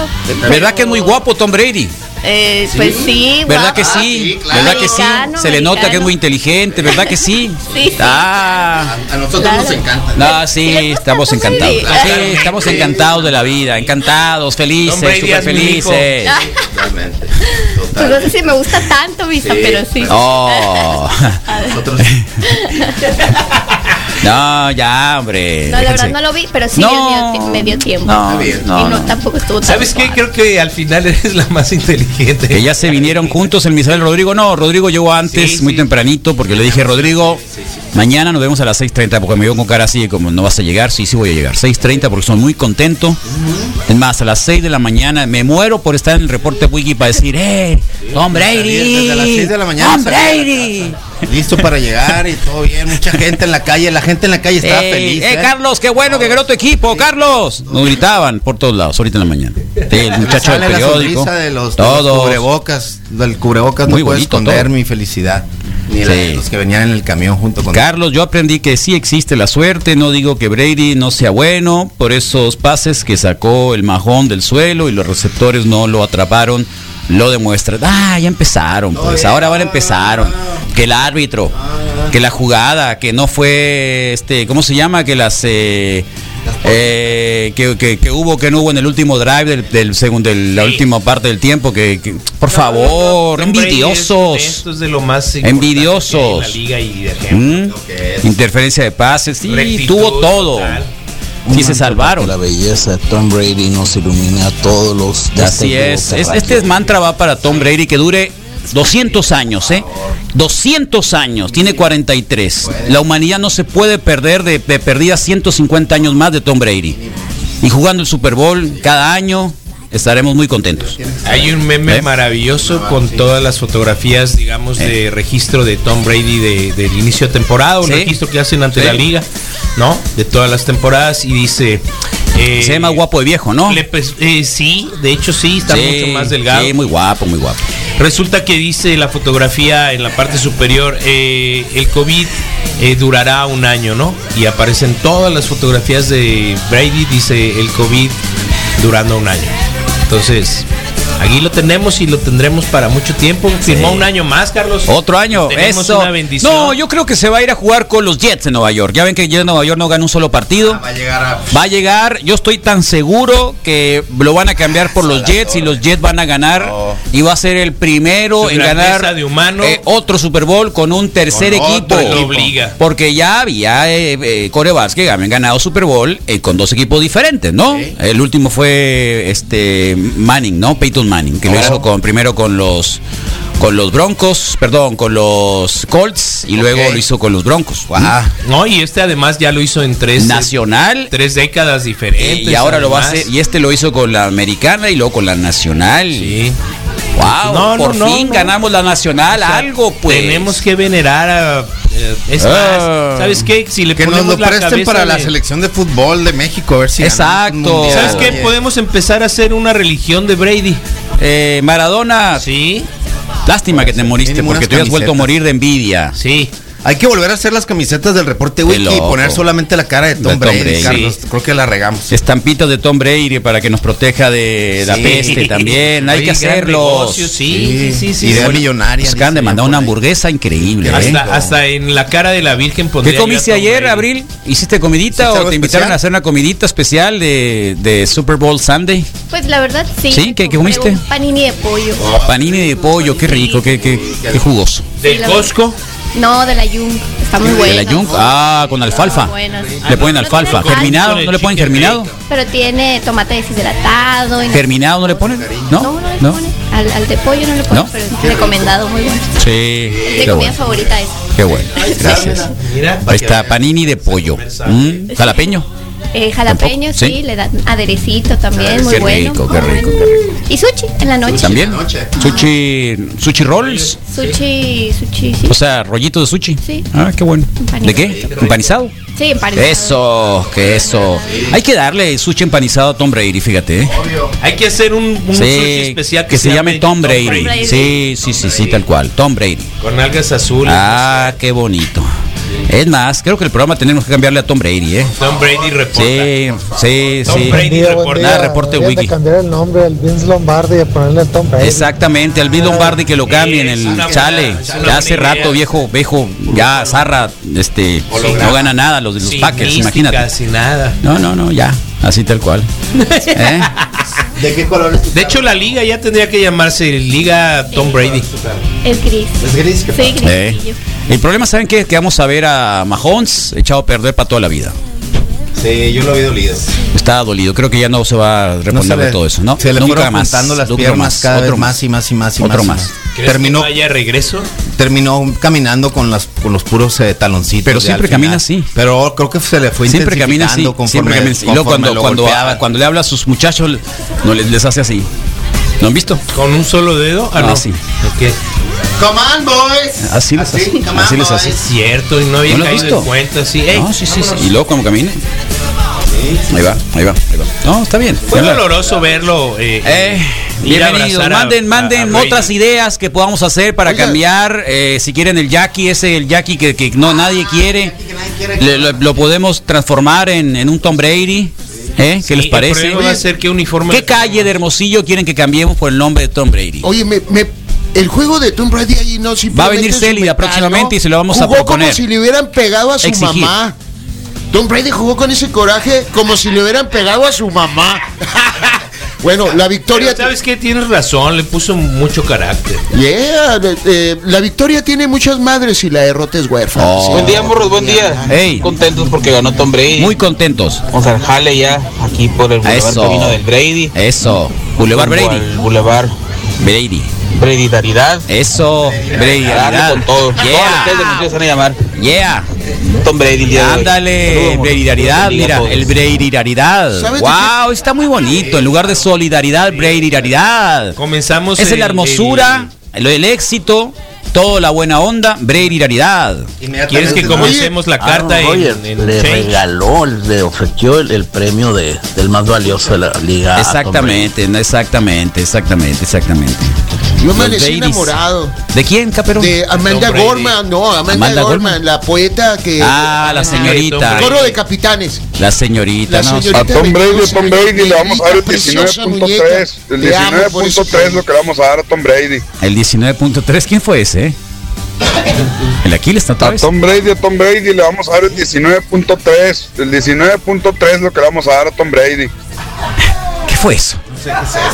Speaker 3: ¿Verdad que es muy guapo Tom Brady?
Speaker 18: Eh, Pues sí,
Speaker 3: ¿Verdad
Speaker 18: guapo.
Speaker 8: Ah,
Speaker 3: que sí? ¿Verdad que sí?
Speaker 18: Americano,
Speaker 3: Se le nota que es
Speaker 18: americano.
Speaker 3: muy inteligente, ¿verdad que sí?
Speaker 18: Sí.
Speaker 3: Ah.
Speaker 8: A nosotros nos encanta.
Speaker 3: No, sí, estamos encantados. Sí, estamos encantados de la vida, encantados,
Speaker 8: Tom
Speaker 3: felices,
Speaker 8: Brady
Speaker 3: súper
Speaker 8: es mi hijo.
Speaker 3: felices.
Speaker 8: Totalmente.
Speaker 18: Pues no sé si me gusta tanto, vista,
Speaker 8: Sí.
Speaker 18: pero sí.
Speaker 3: Oh. No, ya, hombre.
Speaker 18: No, la
Speaker 3: déjense.
Speaker 18: verdad no lo vi, pero sí
Speaker 3: No.
Speaker 18: el medio, me dio tiempo.
Speaker 3: No, Está bien. no,
Speaker 18: y no,
Speaker 3: no.
Speaker 18: tampoco estuvo tan
Speaker 9: ¿Sabes qué? Creo que al final eres la más inteligente.
Speaker 3: Que ya se vinieron juntos el Misael Rodrigo. No, Rodrigo llegó antes, muy tempranito, porque le dije, Rodrigo, Mañana nos vemos a las 6.30 porque me veo con cara así de como no vas a llegar. Sí, sí voy a llegar. 6.30 porque soy muy contento. Es más, a las 6 de la mañana me muero por estar en el reporte wiki para decir, ¡eh! ¡Tom Brady!
Speaker 8: Desde las 6 de la mañana.
Speaker 3: ¡Tom
Speaker 8: salí de
Speaker 3: Brady!
Speaker 8: la- Listo para llegar y todo bien. Mucha gente en la calle. La gente en la calle estaba
Speaker 3: Ey,
Speaker 8: feliz.
Speaker 3: ¡Eh,
Speaker 8: ¿eh?
Speaker 3: Carlos! ¡Qué bueno que ganó tu equipo, Carlos! Nos gritaban por todos lados, ahorita en la mañana. Sí, el muchacho del
Speaker 8: Sale la
Speaker 3: periódico.
Speaker 8: sonrisa de los, de los
Speaker 3: todos.
Speaker 8: cubrebocas. Del cubrebocas
Speaker 3: Muy
Speaker 8: no puedo
Speaker 3: bonito
Speaker 8: esconder
Speaker 3: todo.
Speaker 8: mi felicidad. Ni la de
Speaker 3: Sí.
Speaker 8: los que venían en el camión junto con
Speaker 3: Carlos, yo aprendí que sí existe la suerte, no digo que Brady no sea bueno por esos pases que sacó el majón del suelo y los receptores no lo atraparon, lo demuestra. Ah, ya empezaron, pues ahora van empezaron. Que el árbitro, que la jugada, que no fue este, ¿cómo se llama? Que las eh, eh, que, que- que hubo, que no hubo en el último drive del, del segundo, del- la última parte del tiempo, que, que- por favor,
Speaker 9: Tom Brady
Speaker 3: envidiosos.
Speaker 9: es- Esto es de lo más importante
Speaker 3: Envidiosos.
Speaker 9: que hay en la liga y de ejemplo.
Speaker 3: Mm,
Speaker 9: es.
Speaker 3: Interferencia de pases, sí,
Speaker 9: Rectitud
Speaker 3: tuvo todo.
Speaker 9: total.
Speaker 3: Sí, se salvaron.
Speaker 19: La belleza de Tom Brady nos ilumina a todos los de este
Speaker 3: Así es.
Speaker 19: globo
Speaker 3: Es-
Speaker 19: terráqueo.
Speaker 3: Este mantra va para Tom Brady que dure 200 años, ¿eh? 200 años, tiene 43. La humanidad no se puede perder de, de perdida 150 años más de Tom Brady. Y jugando el Super Bowl cada año, estaremos muy contentos.
Speaker 9: Hay un
Speaker 3: ¿Eh?
Speaker 9: meme maravilloso con todas las fotografías, digamos, de registro de Tom Brady de- del inicio de temporada, un
Speaker 3: ¿Eh? Sí.
Speaker 9: registro que hacen ante
Speaker 3: Sí.
Speaker 9: la liga, ¿no? De todas las temporadas y dice... eh,
Speaker 3: Se ve más guapo de viejo, ¿no?
Speaker 9: le pes- eh, sí, de hecho sí, está
Speaker 3: Ah. Sí,
Speaker 9: mucho más delgado.
Speaker 3: sí, muy guapo, muy guapo.
Speaker 9: Resulta que dice la fotografía en la parte superior, eh, el COVID eh, durará un año, ¿no? Y aparecen todas las fotografías de Brady, dice el COVID durando un año. Entonces, aquí lo tenemos y lo tendremos para mucho tiempo. Firmó un año más, Carlos.
Speaker 3: Otro año,
Speaker 9: Tenemos
Speaker 3: eso.
Speaker 9: una bendición.
Speaker 3: No, yo creo que se va a ir a jugar con los Jets en Nueva York. Ya ven que ya en Nueva York no gana un solo
Speaker 9: Ah,
Speaker 3: partido.
Speaker 8: Va a llegar a
Speaker 3: Va a llegar, yo estoy tan seguro que lo van a cambiar por los Jets y los Jets van a ganar y va a ser el primero
Speaker 9: Su
Speaker 3: en
Speaker 9: grandeza
Speaker 3: ganar
Speaker 9: de humano.
Speaker 3: eh, otro Super Bowl con un tercer
Speaker 9: Con
Speaker 3: equipo.
Speaker 9: otro equipo. Obliga.
Speaker 3: Porque ya había eh, eh, corebacks que habían ganado Super Bowl eh, con dos equipos diferentes, ¿no? El último fue este Manning, ¿no? Peyton Manning, que lo hizo con, primero con los con los Broncos, perdón, con los Colts y luego lo hizo con los Broncos. Guau.
Speaker 9: No, y este además ya lo hizo en tres.
Speaker 3: Nacional. eh,
Speaker 9: Tres décadas diferentes.
Speaker 3: Y ahora lo va a
Speaker 9: además.
Speaker 3: hacer. Y este lo hizo con la americana y luego con la nacional. Wow,
Speaker 9: No, no,
Speaker 3: por
Speaker 9: no,
Speaker 3: fin
Speaker 9: no.
Speaker 3: ganamos la nacional.
Speaker 9: O sea,
Speaker 3: algo pues.
Speaker 9: Tenemos que venerar a. eh, es
Speaker 3: Ah.
Speaker 9: más, ¿sabes qué? Si le
Speaker 8: que nos
Speaker 9: ponemos
Speaker 8: lo
Speaker 9: la
Speaker 8: presten
Speaker 9: cabeza
Speaker 8: para la
Speaker 9: de-
Speaker 8: selección de fútbol de México, a ver si ganamos un
Speaker 3: Exacto.
Speaker 8: mundial.
Speaker 9: ¿Sabes qué? Podemos empezar a hacer una religión de Brady.
Speaker 3: Eh, Maradona.
Speaker 9: Sí.
Speaker 3: Lástima que te moriste
Speaker 8: Mínimo
Speaker 3: porque
Speaker 8: unas
Speaker 3: te hubieras vuelto a
Speaker 8: camisetas.
Speaker 3: morir de envidia.
Speaker 9: Sí.
Speaker 8: Hay que volver a hacer las camisetas del reporte wiki y
Speaker 3: loco.
Speaker 8: poner solamente la cara de Tom,
Speaker 3: De Tom
Speaker 8: Brady,
Speaker 3: Brady.
Speaker 8: Carlos. Creo que la regamos.
Speaker 3: Estampitas de Tom Brady para que nos proteja de la
Speaker 8: Sí.
Speaker 3: peste también. Hay
Speaker 8: Oye,
Speaker 3: que
Speaker 8: gran
Speaker 3: hacerlo.
Speaker 8: negocio, sí, Sí. sí, sí, sí. Idea millonaria,
Speaker 3: Nos acaban de
Speaker 8: dicen
Speaker 3: mandar una hamburguesa increíble. ¿eh?
Speaker 9: Hasta, hasta en la cara de la Virgen pondría
Speaker 3: ¿Qué
Speaker 9: yo a
Speaker 3: comiste
Speaker 9: Tom
Speaker 3: ayer,
Speaker 9: Brady.
Speaker 3: Abril? ¿Hiciste
Speaker 9: ¿Hiciste
Speaker 3: comidita o
Speaker 9: algo
Speaker 3: te invitaron
Speaker 9: especial?
Speaker 3: a hacer una comidita especial de, de Super Bowl Sunday?
Speaker 18: Pues la verdad sí.
Speaker 3: ¿Sí? ¿Qué- qué comiste?
Speaker 18: Un panini de pollo.
Speaker 3: Panini de pollo, qué rico, qué, qué, qué jugoso.
Speaker 9: ¿Del
Speaker 18: la-
Speaker 9: Costco?
Speaker 18: No, de la Yung. Está muy
Speaker 3: De
Speaker 18: buena.
Speaker 3: la Yunk, ah, con alfalfa.
Speaker 18: Buenas.
Speaker 3: Le ponen alfalfa. ¿Germinado? ¿No le ponen germinado?
Speaker 18: Pero tiene tomate deshidratado. Y
Speaker 3: ¿Germinado no le ponen? ¿No?
Speaker 18: No, no le
Speaker 3: ¿No?
Speaker 18: ponen. Al, al de pollo no le ponen,
Speaker 3: ¿No?
Speaker 18: pero es recomendado, muy bueno.
Speaker 3: Sí.
Speaker 18: Mi
Speaker 3: Qué
Speaker 18: comida
Speaker 3: bueno.
Speaker 18: favorita es.
Speaker 3: Qué bueno. Gracias. Ahí está, panini de pollo. Mm, ¿Jalapeño?
Speaker 18: Eh, jalapeño,
Speaker 3: ¿Tampoco?
Speaker 18: sí,
Speaker 3: Sí.
Speaker 18: le dan aderecito también, muy
Speaker 3: Qué
Speaker 18: bueno.
Speaker 3: rico, qué rico, qué rico.
Speaker 18: Y sushi en la noche.
Speaker 3: ¿También? ¿Sushi, sushi rolls?
Speaker 18: Sushi, sushi, sí.
Speaker 3: O sea, rollito de sushi.
Speaker 18: Sí.
Speaker 3: Ah, qué bueno.
Speaker 18: Empanizado.
Speaker 3: ¿De qué? ¿Empanizado?
Speaker 18: Sí, empanizado.
Speaker 3: Eso, que eso. Hay que darle sushi empanizado a Tom Brady, fíjate. ¿eh?
Speaker 9: Hay que hacer un, un sushi
Speaker 3: Sí,
Speaker 9: especial
Speaker 3: que, se, llame Tom Brady.
Speaker 9: Brady.
Speaker 3: Sí, sí, sí, sí, tal cual. Tom Brady.
Speaker 9: Con algas azules.
Speaker 3: Ah, qué bonito. Es más, creo que el programa tenemos que cambiarle a Tom Brady, ¿eh?
Speaker 9: Tom Brady reporta.
Speaker 3: Sí, sí,
Speaker 9: Tom
Speaker 3: sí.
Speaker 9: Brady
Speaker 3: Nada,
Speaker 9: reporta.
Speaker 3: reporte
Speaker 11: Deberían de
Speaker 3: wiki.
Speaker 11: cambiar el nombre al Vince Lombardi y ponerle Tom Brady.
Speaker 3: Exactamente, al Bill Lombardi que lo cambien,
Speaker 11: es una
Speaker 3: el
Speaker 11: buena-
Speaker 3: chale.
Speaker 11: es una
Speaker 3: Ya hace
Speaker 11: buena
Speaker 3: rato,
Speaker 11: idea.
Speaker 3: viejo, viejo, ya Zarra, este, no gana nada los de los
Speaker 9: Sin
Speaker 3: Packers,
Speaker 9: mística,
Speaker 3: imagínate.
Speaker 9: sin nada.
Speaker 3: No, no, no, ya, así tal cual. ¿Eh?
Speaker 8: ¿De qué color
Speaker 9: De hecho, la liga ya tendría que llamarse Liga Tom Brady.
Speaker 18: Es gris.
Speaker 8: Es gris,
Speaker 18: Sí, gris.
Speaker 3: Eh. El problema, ¿saben qué? Es que vamos a ver a Mahomes echado a perder para toda la vida.
Speaker 8: Sí, yo lo he dolido.
Speaker 3: Está dolido, creo que ya no se va a
Speaker 8: No
Speaker 3: reponer
Speaker 8: se
Speaker 3: de
Speaker 8: le-
Speaker 3: todo eso, ¿no?
Speaker 8: Se le
Speaker 3: Nunca
Speaker 8: fueron
Speaker 3: más.
Speaker 8: juntando las
Speaker 3: nunca
Speaker 8: piernas cada
Speaker 3: otro
Speaker 8: vez más y más y más.
Speaker 3: Otro
Speaker 8: y
Speaker 3: más.
Speaker 8: terminó
Speaker 9: vaya regreso?
Speaker 8: terminó caminando con las con los puros eh, taloncitos.
Speaker 3: Pero
Speaker 8: ya
Speaker 3: siempre
Speaker 8: al final.
Speaker 3: camina así.
Speaker 8: Pero creo que se le fue
Speaker 3: Siempre camina así.
Speaker 8: intensificando
Speaker 3: siempre
Speaker 8: conforme,
Speaker 3: camina así. Y luego
Speaker 8: conforme
Speaker 3: cuando,
Speaker 8: lo
Speaker 3: cuando,
Speaker 8: golpeaban.
Speaker 3: cuando le habla a sus muchachos, no les, les hace así. ¿Lo han visto?
Speaker 9: ¿Con un solo dedo?
Speaker 3: Ah,
Speaker 9: no.
Speaker 3: Así.
Speaker 12: Come on, boys.
Speaker 9: Ah,
Speaker 3: Así les Ah, hace.
Speaker 12: come
Speaker 3: Así
Speaker 12: on,
Speaker 3: les hace.
Speaker 12: boys.
Speaker 9: Cierto, y no había
Speaker 3: ¿No lo has
Speaker 9: caído
Speaker 3: visto?
Speaker 9: en cuenta. Sí, eh. ey,
Speaker 3: No, sí, sí, sí.
Speaker 9: vámonos.
Speaker 3: Y luego como camina. Ahí va, ahí va, ahí va. No, está bien.
Speaker 9: Fue
Speaker 3: Ya la-
Speaker 9: doloroso verlo. Eh, ir a
Speaker 3: Bienvenidos,
Speaker 9: abrazar a-
Speaker 3: manden,
Speaker 9: a- a
Speaker 3: manden
Speaker 9: Brady.
Speaker 3: otras ideas que podamos hacer para cambiar. eh, si quieren el Jackie, ese el Jackie que, que no
Speaker 9: Ah,
Speaker 3: nadie quiere, le- lo, lo podemos transformar en, en un Tom Brady. ¿Eh? ¿Qué
Speaker 9: Sí,
Speaker 3: les
Speaker 9: el
Speaker 3: parece?
Speaker 9: problema va a ser qué uniforme.
Speaker 3: ¿Qué calle de Hermosillo quieren que cambiemos por el nombre de Tom Brady?
Speaker 12: Oye, me, me- el juego de Tomb Raider ahí no
Speaker 3: Va a venir Célida
Speaker 12: Celida
Speaker 3: próximamente y se lo vamos a
Speaker 12: como
Speaker 3: proponer.
Speaker 12: si le hubieran pegado a su
Speaker 3: Exigir.
Speaker 12: mamá. Tom Brady jugó con ese coraje como si le hubieran pegado a su mamá. bueno, la victoria...
Speaker 9: Pero ¿Sabes qué? Tienes razón, le puso mucho carácter.
Speaker 12: Yeah, eh, eh, la victoria tiene muchas madres y la derrota es huérfana.
Speaker 3: Oh.
Speaker 12: Sí.
Speaker 9: Oh.
Speaker 20: Buen día, morros, buen día.
Speaker 3: Ey.
Speaker 20: Contentos porque ganó Tom Brady.
Speaker 3: Muy contentos.
Speaker 20: Vamos al jale ya, aquí por el Boulevard
Speaker 3: Eso.
Speaker 20: Camino del Brady.
Speaker 3: Eso. Boulevard
Speaker 20: Rumbo
Speaker 3: Brady.
Speaker 20: al Boulevard
Speaker 3: Brady.
Speaker 20: Brady-daridad.
Speaker 3: Eso, Brady.
Speaker 20: A darle
Speaker 3: Daridad.
Speaker 20: con todo.
Speaker 3: Yeah.
Speaker 20: Todos ustedes de Hermosillo se van a llamar.
Speaker 3: Yeah.
Speaker 20: Tom Brady. el día de hoy.
Speaker 3: Ándale,
Speaker 20: Saludos, morros. Bendiga
Speaker 3: Bradidaridad,
Speaker 20: a
Speaker 3: mira,
Speaker 20: todos.
Speaker 3: el Bradidaridad.
Speaker 20: ¿Sabes de
Speaker 3: Wow, está muy bonito. En lugar de solidaridad, Bradidaridad.
Speaker 9: Comenzamos.
Speaker 3: Esa es
Speaker 9: el-
Speaker 3: la hermosura, el, el éxito, toda la buena onda, Bradidaridad.
Speaker 9: ¿Quieres que comencemos la carta en-
Speaker 19: Aaron Rodgers
Speaker 9: en
Speaker 19: le
Speaker 9: Change?
Speaker 19: regaló, le ofreció el, el premio de, del más valioso de la liga. a Tom
Speaker 3: Exactamente, no, exactamente, exactamente, exactamente.
Speaker 12: Yo
Speaker 3: Los
Speaker 12: amanecí
Speaker 3: Bradys.
Speaker 12: enamorado.
Speaker 3: ¿De quién, Capero?
Speaker 12: De Amanda
Speaker 3: Tom Brady.
Speaker 12: Gorman, no, Amanda,
Speaker 3: Amanda
Speaker 12: Gorman,
Speaker 3: Gorman.
Speaker 12: la poeta que.
Speaker 3: Ah, la señorita.
Speaker 12: Coro de capitanes.
Speaker 3: La señorita,
Speaker 12: La
Speaker 3: no,
Speaker 12: señorita
Speaker 3: a Tom Brady, Tom Brady le vamos a dar el
Speaker 12: Preciosa
Speaker 3: 19.3,
Speaker 12: muñeca.
Speaker 3: el
Speaker 12: Te amo por eso.
Speaker 3: 19.3
Speaker 6: lo que le vamos a dar a Tom Brady.
Speaker 3: El 19.3, ¿quién fue ese? eh? El Aquiles está
Speaker 6: A Tom Brady, a Tom Brady le vamos a dar el 19.3. El 19.3 lo que le vamos a dar a Tom Brady.
Speaker 3: ¿Qué fue eso?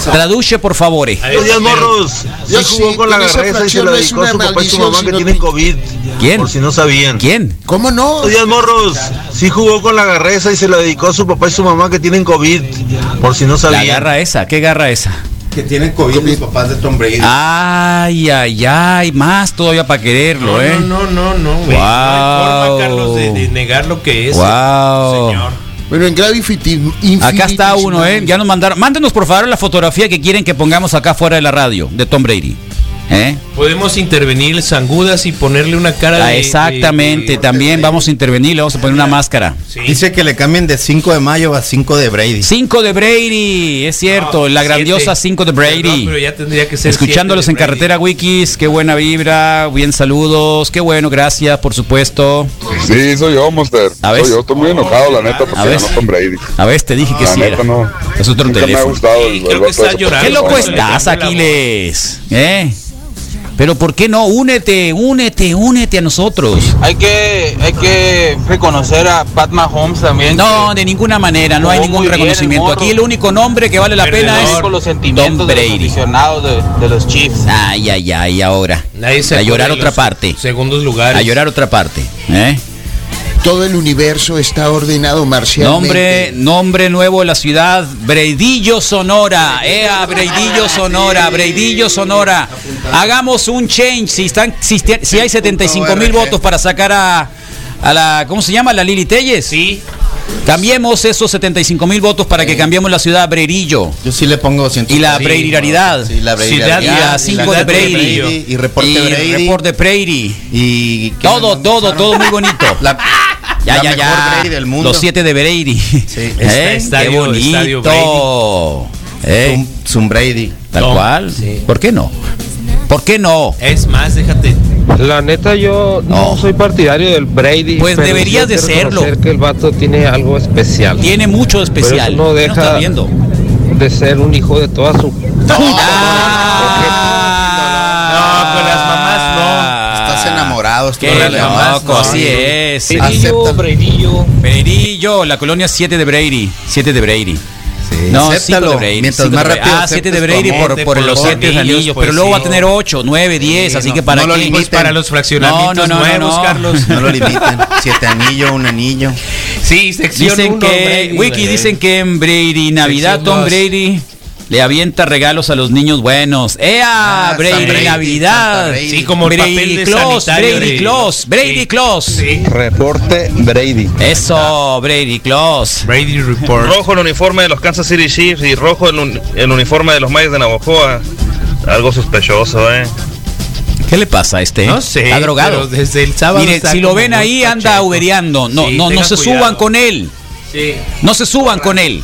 Speaker 3: Traduce, por favor.
Speaker 15: Buenos días, morros.
Speaker 12: Yo
Speaker 15: Sí jugó
Speaker 12: sí,
Speaker 15: con la
Speaker 12: con esa
Speaker 15: garreza y se
Speaker 12: fracción
Speaker 15: lo
Speaker 12: no es
Speaker 15: dedicó
Speaker 12: una
Speaker 15: a su papá y su
Speaker 12: maldición,
Speaker 15: mamá que
Speaker 12: sino-
Speaker 15: tienen COVID.
Speaker 3: ¿Quién?
Speaker 15: Por si no sabían.
Speaker 3: ¿Quién?
Speaker 12: ¿Cómo no?
Speaker 15: Buenos días, morros. Sí jugó con la garreza y se lo dedicó a su papá y su mamá que tienen COVID. Por si no
Speaker 3: La
Speaker 15: sabían.
Speaker 3: garra esa, ¿qué garra esa?
Speaker 8: Que tienen COVID, los papás de Tom Brady.
Speaker 3: Ah, Ay, ay, ay, más todavía para quererlo,
Speaker 9: No,
Speaker 3: ¿eh?
Speaker 9: no, no, no, no. güey. No hay
Speaker 3: Wow.
Speaker 9: forma, Carlos,
Speaker 15: Oh.
Speaker 9: de, de negar lo que es.
Speaker 3: Wow.
Speaker 9: Señor.
Speaker 12: Bueno, en grave infinitim- infinitísimo.
Speaker 3: Acá está uno, ¿eh? Ya nos mandaron. Mándenos, por favor, la fotografía que quieren que pongamos acá fuera de la radio de Tom Brady. ¿Eh?
Speaker 9: Podemos intervenir zangudas y ponerle una cara
Speaker 3: Ah,
Speaker 9: de.
Speaker 3: exactamente, también vamos a intervenir, le vamos a poner una máscara.
Speaker 8: Dice que le cambien de 5 de mayo a 5 de Brady.
Speaker 3: 5 de Brady, es cierto, la grandiosa 5 de Brady.
Speaker 9: Ah, Perdón, pero ya tendría que ser
Speaker 3: Escuchándolos en
Speaker 9: siete de Brady.
Speaker 3: carretera, Wikis, qué buena vibra, bien saludos, qué bueno, gracias, por supuesto.
Speaker 6: Sí, soy yo, Monster.
Speaker 3: A ver.
Speaker 6: Soy yo, estoy muy enojado, la neta, porque
Speaker 3: A ver.
Speaker 6: ganó Tom Brady.
Speaker 3: A ver, te dije que
Speaker 6: Ah, La
Speaker 3: sí
Speaker 6: neta,
Speaker 3: era.
Speaker 6: no.
Speaker 3: Es otro
Speaker 6: Nunca me ha
Speaker 3: teléfono.
Speaker 6: gustado el, el vato ese.
Speaker 3: ¿Qué loco estás, Aquiles? ¿Eh? Pero ¿por qué no? Únete, únete, únete a nosotros.
Speaker 20: Hay que, hay que reconocer a Pat Mahomes también.
Speaker 3: No,
Speaker 9: Este,
Speaker 3: de ninguna manera, no hay
Speaker 20: Jugó
Speaker 3: ningún
Speaker 20: muy bien el
Speaker 3: reconocimiento.
Speaker 20: morro.
Speaker 3: Aquí el único nombre que vale la pena es
Speaker 20: Perdedor. con los
Speaker 3: Tom
Speaker 20: sentimientos de los
Speaker 3: Brady.
Speaker 20: aficionados de, de los Chiefs.
Speaker 3: Ay, ay, ay, ahora.
Speaker 9: Nadie se
Speaker 3: A
Speaker 9: acuerda
Speaker 3: llorar
Speaker 9: de
Speaker 3: otra
Speaker 9: los
Speaker 3: parte.
Speaker 9: Segundos lugares.
Speaker 3: A llorar otra parte. ¿eh?
Speaker 12: Todo el universo está ordenado
Speaker 3: Nombre,
Speaker 12: marcialmente.
Speaker 3: nombre nuevo de la ciudad, Breidillo Sonora. Ea, Breidillo Sonora, Breidillo Sonora. Hagamos un change. Si están, si, este- si hay 75 mil votos para sacar a, a la, ¿cómo se llama? La Lili Telles.
Speaker 9: Sí.
Speaker 3: Cambiemos esos 75 mil votos para que cambiemos la ciudad a Breidillo.
Speaker 8: Yo sí le pongo 100.
Speaker 3: Y la Breiraridad.
Speaker 8: Sí, la
Speaker 3: Ciudad
Speaker 8: Breiraridad.
Speaker 3: y la cinco de Brady.
Speaker 8: Y reporte
Speaker 3: Y
Speaker 8: Brady.
Speaker 3: reporte Brady.
Speaker 8: Y
Speaker 3: Todo, todo, todo muy bonito. ya,
Speaker 8: la
Speaker 3: ya,
Speaker 8: mejor
Speaker 3: ya.
Speaker 8: Brady del mundo.
Speaker 3: Los siete de Brady. Sí,
Speaker 8: Está- estadio-
Speaker 3: qué
Speaker 8: estadio
Speaker 3: bonito. Eh,
Speaker 8: Zum Brady.
Speaker 3: Tal
Speaker 9: Tom,
Speaker 3: cual.
Speaker 9: sí.
Speaker 3: ¿Por qué no? ¿Por qué no?
Speaker 9: Es más, déjate.
Speaker 21: La neta yo no, soy partidario del Brady.
Speaker 3: Pues
Speaker 21: pero
Speaker 3: deberías
Speaker 21: sí
Speaker 3: de
Speaker 21: quiero
Speaker 3: serlo.
Speaker 21: reconocer que el vato tiene algo especial.
Speaker 3: Tiene mucho de
Speaker 21: Pero eso
Speaker 3: especial.
Speaker 21: no
Speaker 3: ¿Qué nos está
Speaker 21: deja
Speaker 3: viendo?
Speaker 21: de ser un hijo de toda su
Speaker 3: ¡Ah!
Speaker 9: No, con las mamás no.
Speaker 8: Estás enamorado.
Speaker 3: Qué loco, así es.
Speaker 8: Acepta.
Speaker 20: Bredillo.
Speaker 3: Bredillo, la colonia 7 de Brady. 7 de Brady. No,
Speaker 8: Eh, acéptalo.
Speaker 3: 5 de Brady.
Speaker 8: Mientras
Speaker 3: cinco
Speaker 8: más
Speaker 3: de Brady.
Speaker 8: rápido
Speaker 3: Ah, 7 de
Speaker 8: aceptes
Speaker 3: Brady
Speaker 8: tu
Speaker 3: por,
Speaker 8: amor,
Speaker 3: por,
Speaker 8: por
Speaker 3: los
Speaker 8: los
Speaker 3: 7
Speaker 8: anillos,
Speaker 3: anillos.
Speaker 8: pues
Speaker 3: pero luego va a
Speaker 8: sí.
Speaker 3: tener 8, 9, 10. Así
Speaker 8: no,
Speaker 3: que para
Speaker 8: no lo
Speaker 3: qué?
Speaker 8: limiten.
Speaker 9: Para los fraccionamientos
Speaker 3: No, no, no, no,
Speaker 9: nuevos,
Speaker 3: no.
Speaker 9: Carlos.
Speaker 8: No lo limiten. Siete anillo, un anillo.
Speaker 9: Sí, sección
Speaker 3: Dicen
Speaker 9: uno,
Speaker 3: que,
Speaker 9: Brady, Eh,
Speaker 3: Wiki,
Speaker 9: güey.
Speaker 3: dicen que en Brady, Navidad,
Speaker 9: Sección
Speaker 3: Tom
Speaker 9: dos.
Speaker 3: Brady le avienta regalos a los niños buenos. ea,
Speaker 9: Ah,
Speaker 3: Brady,
Speaker 9: San Brady,
Speaker 3: Navidad.
Speaker 9: San Brady. Sí, como el
Speaker 3: Brady
Speaker 9: papel de
Speaker 3: Claus,
Speaker 9: sanitario
Speaker 3: Brady
Speaker 9: de-
Speaker 3: Claus, Brady Claus.
Speaker 9: Reporte Brady.
Speaker 3: Eso, Brady Claus.
Speaker 9: Brady Report.
Speaker 7: Rojo el uniforme de los Kansas City Chiefs y rojo el, un- el uniforme de los Mayos de Navajoa. Algo sospechoso, ¿eh?
Speaker 3: ¿Qué le pasa a este?
Speaker 7: No sé,
Speaker 3: Está drogado.
Speaker 7: pero desde el sábado
Speaker 3: Mire,
Speaker 7: está
Speaker 3: si lo
Speaker 7: como
Speaker 3: ven
Speaker 7: muy
Speaker 3: ahí, anda ubereando. No,
Speaker 9: Sí,
Speaker 3: no, no
Speaker 9: tengan
Speaker 3: se
Speaker 9: cuidado.
Speaker 3: suban con él.
Speaker 9: Sí.
Speaker 3: No se suban con él.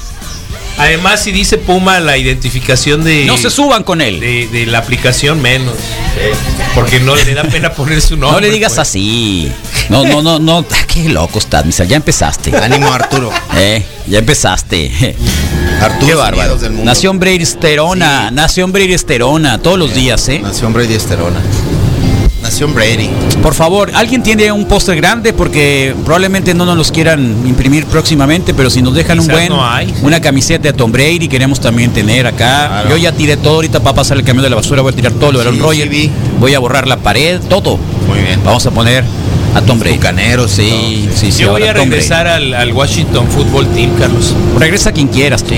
Speaker 9: Además, si dice Puma la identificación de.
Speaker 3: No se suban con él.
Speaker 9: De, de la aplicación menos. eh, Porque no le da pena poner su nombre. pues.
Speaker 3: No le digas así. No, no, no, no. Ah, Qué loco estás, Misa. Ya empezaste.
Speaker 8: Ánimo, Arturo.
Speaker 3: Eh, ya empezaste.
Speaker 8: Arturo
Speaker 3: Qué
Speaker 8: Unidos
Speaker 3: bárbaro.
Speaker 8: del mundo.
Speaker 3: Nación Breiristerona. Nación Breiristerona. Todos los días, ¿eh?
Speaker 8: Nación Brady este Esterona. Nación Brady.
Speaker 3: Por favor, ¿alguien tiene un póster grande? Porque probablemente no nos los quieran imprimir próximamente, pero si nos dejan un
Speaker 9: Quizás
Speaker 3: buen,
Speaker 9: no hay.
Speaker 3: una camiseta de Tom Brady, queremos también tener acá. Yo ya tiré todo, ahorita para pasar el camión de la basura, voy a tirar todo lo de Aaron Rodgers, voy a borrar la pared, todo. Muy bien. Vamos a poner a Tom Brady. Bucanero, sí, sí, sí.
Speaker 9: Yo voy
Speaker 3: ahora
Speaker 9: a
Speaker 3: Tom Brady.
Speaker 9: regresar al, al Washington Football Team, Carlos.
Speaker 3: Regresa quien quieras, tú.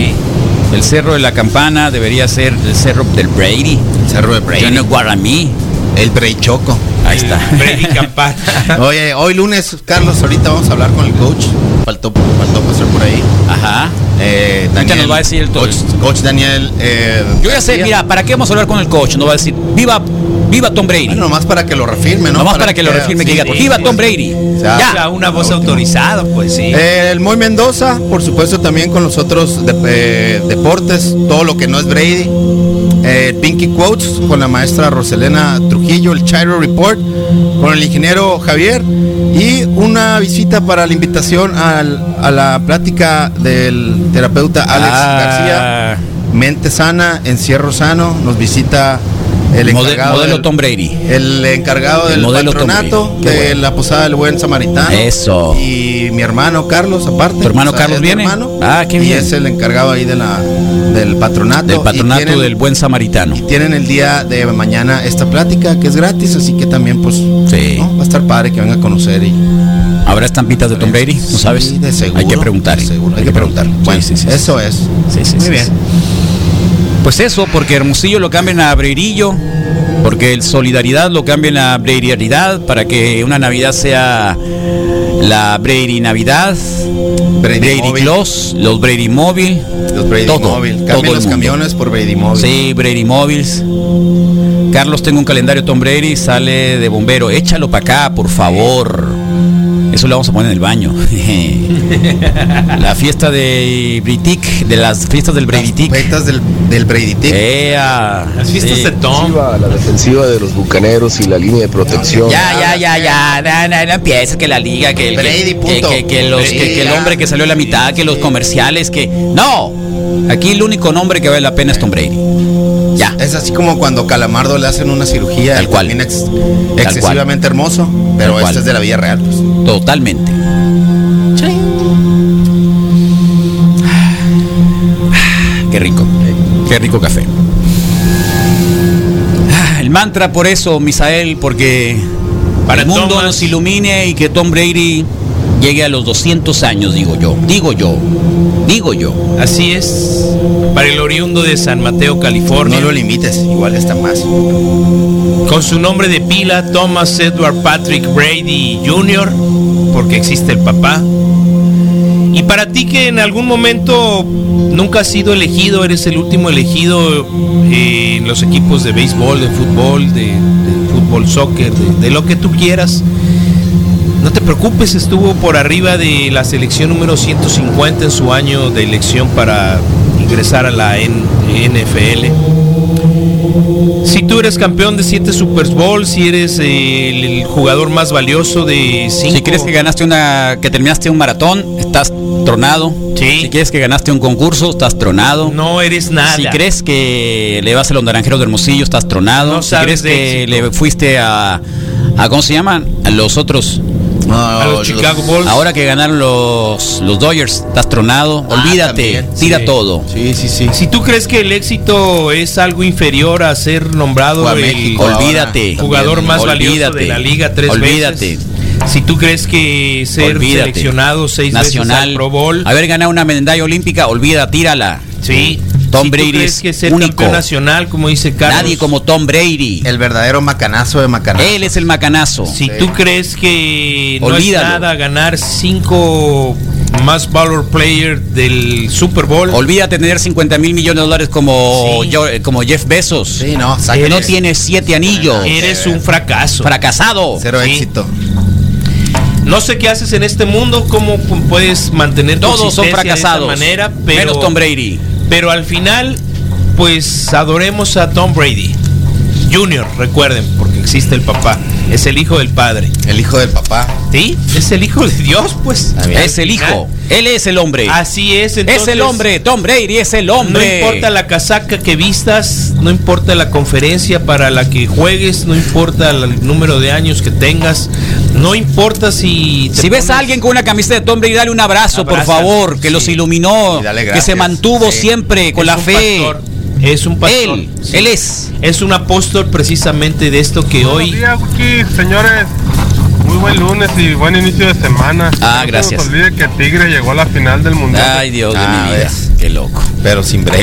Speaker 3: El cerro de la campana debería ser el cerro del Brady. El cerro de Brady. Yo no Guaramí.
Speaker 8: El Brady Choco.
Speaker 3: Ahí está.
Speaker 9: Brady Campana.
Speaker 3: Ah.
Speaker 8: Oye, hoy lunes, Carlos, ahorita vamos a hablar con el coach. Faltó, faltó pasar por ahí.
Speaker 3: Ajá.
Speaker 8: Eh,
Speaker 3: Ahorita
Speaker 8: Daniel,
Speaker 3: nos va a decir el todo.
Speaker 8: coach, coach Daniel. eh,
Speaker 3: Yo ya sé, mira, ¿para qué vamos a hablar con el coach? Nos va a decir, viva, viva Tom Brady.
Speaker 8: Ah, Bueno, nomás para que lo refirme, ¿no?
Speaker 3: Nomás para que lo refirme, que diga, "Viva Tom Brady". Ya.
Speaker 9: una voz autorizada, pues sí.
Speaker 8: Eh, el Moy Mendoza, por supuesto, también con los otros de- eh, deportes, todo lo que no es Brady. Eh, Pinky Quotes con la maestra Roselena Trujillo, el Chairo Report con el ingeniero Javier y una visita para la invitación al- a la plática del terapeuta Alex
Speaker 3: Ah.
Speaker 8: García. Mente sana, encierro sano, nos visita el
Speaker 3: Mode-
Speaker 8: encargado
Speaker 3: modelo
Speaker 8: del-
Speaker 3: Tom Brady.
Speaker 8: el encargado
Speaker 3: El
Speaker 8: del
Speaker 3: modelo Tom
Speaker 8: patronato
Speaker 3: Brady.
Speaker 8: de
Speaker 3: Qué bueno.
Speaker 8: la posada del buen samaritano.
Speaker 3: Eso.
Speaker 8: Y mi hermano Carlos, aparte.
Speaker 3: ¿Tu hermano
Speaker 8: o sea,
Speaker 3: Carlos
Speaker 8: es mi
Speaker 3: viene?
Speaker 8: hermano,
Speaker 3: Ah, qué bien.
Speaker 8: Y es el encargado ahí de la, del patronato.
Speaker 3: Del patronato
Speaker 8: Y tienen,
Speaker 3: del buen samaritano.
Speaker 8: Tienen el día de mañana esta plática que es gratis, así que también, pues, ¿no? va a estar padre que venga a conocer. Y, pues,
Speaker 3: ¿Habrá estampitas de Tom Brady? ¿No sabes? Hay que preguntar.
Speaker 8: hay que preguntar. Bueno, eso es.
Speaker 3: Muy
Speaker 8: bien.
Speaker 3: Pues eso, porque Hermosillo lo cambien a Brerillo, porque el Solidaridad lo cambien a Breirialidad, para que una Navidad sea la Brady Navidad, Brady,
Speaker 8: Móvil.
Speaker 3: Claus, los Brady Móvil,
Speaker 8: los Brady
Speaker 3: todo,
Speaker 8: Móvil.
Speaker 3: todo
Speaker 8: Cambien
Speaker 3: el
Speaker 8: los
Speaker 3: mundo.
Speaker 8: camiones por Brady Móvil.
Speaker 3: Sí, Brady Móvils. Carlos, tengo un calendario Tom Brady, sale de bombero. Échalo para acá, por favor. Eso lo vamos a poner en el baño. La fiesta de Britic, de las fiestas del Brady
Speaker 8: Fiestas del, del Brady
Speaker 3: Las
Speaker 22: Sí. Ofensiva, La defensiva de los bucaneros y la línea de protección.
Speaker 3: Ya, ya, ya, ya, na, na, no empieces que la liga, que el, que-
Speaker 8: Brady,
Speaker 3: que-
Speaker 8: punto.
Speaker 3: que- que los, que- que el hombre que salió a la mitad, que los comerciales, que... No, aquí el único nombre que vale la pena es Tom Brady. Ya.
Speaker 8: Es así como cuando Calamardo le hacen una cirugía.
Speaker 3: Tal
Speaker 8: y
Speaker 3: cual.
Speaker 8: termina ex-
Speaker 3: cual.
Speaker 8: excesivamente hermoso, pero
Speaker 3: Tal cual.
Speaker 8: este es de la vida real. pues.
Speaker 3: Totalmente. Qué rico. Qué rico café. Ah, El mantra por eso, Misael, porque para el mundo nos ilumine y que Tom Brady llegue a los 200 años, digo yo. Digo yo. Digo yo.
Speaker 9: Así es. Para el oriundo de San Mateo, California.
Speaker 8: No lo limites, igual está más.
Speaker 9: Con su nombre de pila, Thomas Edward Patrick Brady Jr., porque existe el papá. Y para ti que en algún momento nunca has sido elegido, eres el último elegido eh, en los equipos de béisbol, de fútbol, de, de fútbol, soccer, de, de lo que tú quieras. No te preocupes, estuvo por arriba de la selección número 150 en su año de elección para ingresar a la N- NFL. Si tú eres campeón de 7 Super Bowl, si eres eh, el, el jugador más valioso de 5
Speaker 3: Si crees que ganaste una, que terminaste un maratón, estás tronado. Si quieres que ganaste un concurso, estás tronado.
Speaker 9: No eres nada.
Speaker 3: Si crees que le vas a los naranjeros de Hermosillo, estás tronado. si
Speaker 9: sabes
Speaker 3: crees
Speaker 9: de
Speaker 3: que le fuiste a, a ¿cómo se llaman? A los otros.
Speaker 8: A
Speaker 9: los Chicago Bulls.
Speaker 3: Ahora que ganaron los, los Dodgers, estás tronado. Olvídate, tira
Speaker 9: Ah, Sí.
Speaker 3: todo.
Speaker 8: Sí, sí, sí.
Speaker 9: Si tú crees que el éxito es algo inferior a ser nombrado
Speaker 3: O a
Speaker 9: el
Speaker 3: México ahora
Speaker 9: olvídate,
Speaker 3: también,
Speaker 9: jugador más valioso
Speaker 3: olvídate,
Speaker 9: de la liga tres
Speaker 3: olvídate.
Speaker 9: veces. Si tú crees que ser
Speaker 3: Olvídate.
Speaker 9: seleccionado seis
Speaker 3: Nacional.
Speaker 9: veces al Pro Bowl,
Speaker 3: Haber ganado una medalla olímpica, olvida, tírala.
Speaker 9: sí,
Speaker 3: Tom
Speaker 9: Si tú
Speaker 3: Brady
Speaker 9: crees
Speaker 3: es
Speaker 9: que ser
Speaker 3: único.
Speaker 9: campeón nacional, como dice Carlos.
Speaker 3: Nadie como Tom Brady.
Speaker 8: El verdadero macanazo de macanazo.
Speaker 9: Eh,
Speaker 3: Él es el macanazo.
Speaker 9: Si tú crees que no
Speaker 3: Olvídalo.
Speaker 9: es nada ganar cinco más valor player del Super Bowl.
Speaker 3: Olvídate tener 50 mil millones de dólares como, yo- eh, como Jeff Bezos.
Speaker 8: no,
Speaker 3: que
Speaker 9: sáquenle.
Speaker 3: no tiene siete anillos.
Speaker 9: Eres un fracaso.
Speaker 3: Fracasado.
Speaker 8: Cero éxito.
Speaker 9: No sé qué haces en este mundo, cómo pu- puedes mantener tu
Speaker 3: Todos son
Speaker 9: existencia
Speaker 3: fracasados,
Speaker 9: de esta manera, pero,
Speaker 3: menos Tom Brady.
Speaker 9: Pero al final, pues adoremos a Tom Brady. Junior, recuerden, porque existe el papá. Es el hijo del padre.
Speaker 8: El hijo del papá.
Speaker 9: Sí, es el hijo de Dios, pues.
Speaker 3: Es el hijo. Él es el hombre.
Speaker 9: Así es, Ah, entonces.
Speaker 3: es el hombre. Tom Brady es el hombre.
Speaker 9: No importa la casaca que vistas, no importa la conferencia para la que juegues, no importa la- el número de años que tengas, no importa si... te
Speaker 3: Si ves
Speaker 9: pones-
Speaker 3: a alguien con una camiseta de Tom Brady, dale un abrazo, por
Speaker 9: Abrázalo,
Speaker 3: favor, que los iluminó,
Speaker 9: dale
Speaker 3: que
Speaker 9: gracias,
Speaker 3: se mantuvo
Speaker 9: sí.
Speaker 3: siempre con
Speaker 9: Es
Speaker 3: la
Speaker 9: un
Speaker 3: fe.
Speaker 9: pastor, Es un pastor.
Speaker 3: Él,
Speaker 9: sí.
Speaker 3: él es.
Speaker 9: Es un apóstol precisamente de esto que
Speaker 1: Buenos
Speaker 9: hoy...
Speaker 1: días, Wiki, señores. Muy buen lunes y buen inicio de semana.
Speaker 3: Ah,
Speaker 1: No
Speaker 3: gracias.
Speaker 1: Se nos olvide que Tigre llegó a la final del mundial.
Speaker 3: Ay, Dios
Speaker 1: Ah,
Speaker 3: de mi vida. Qué loco.
Speaker 8: Pero sin pues,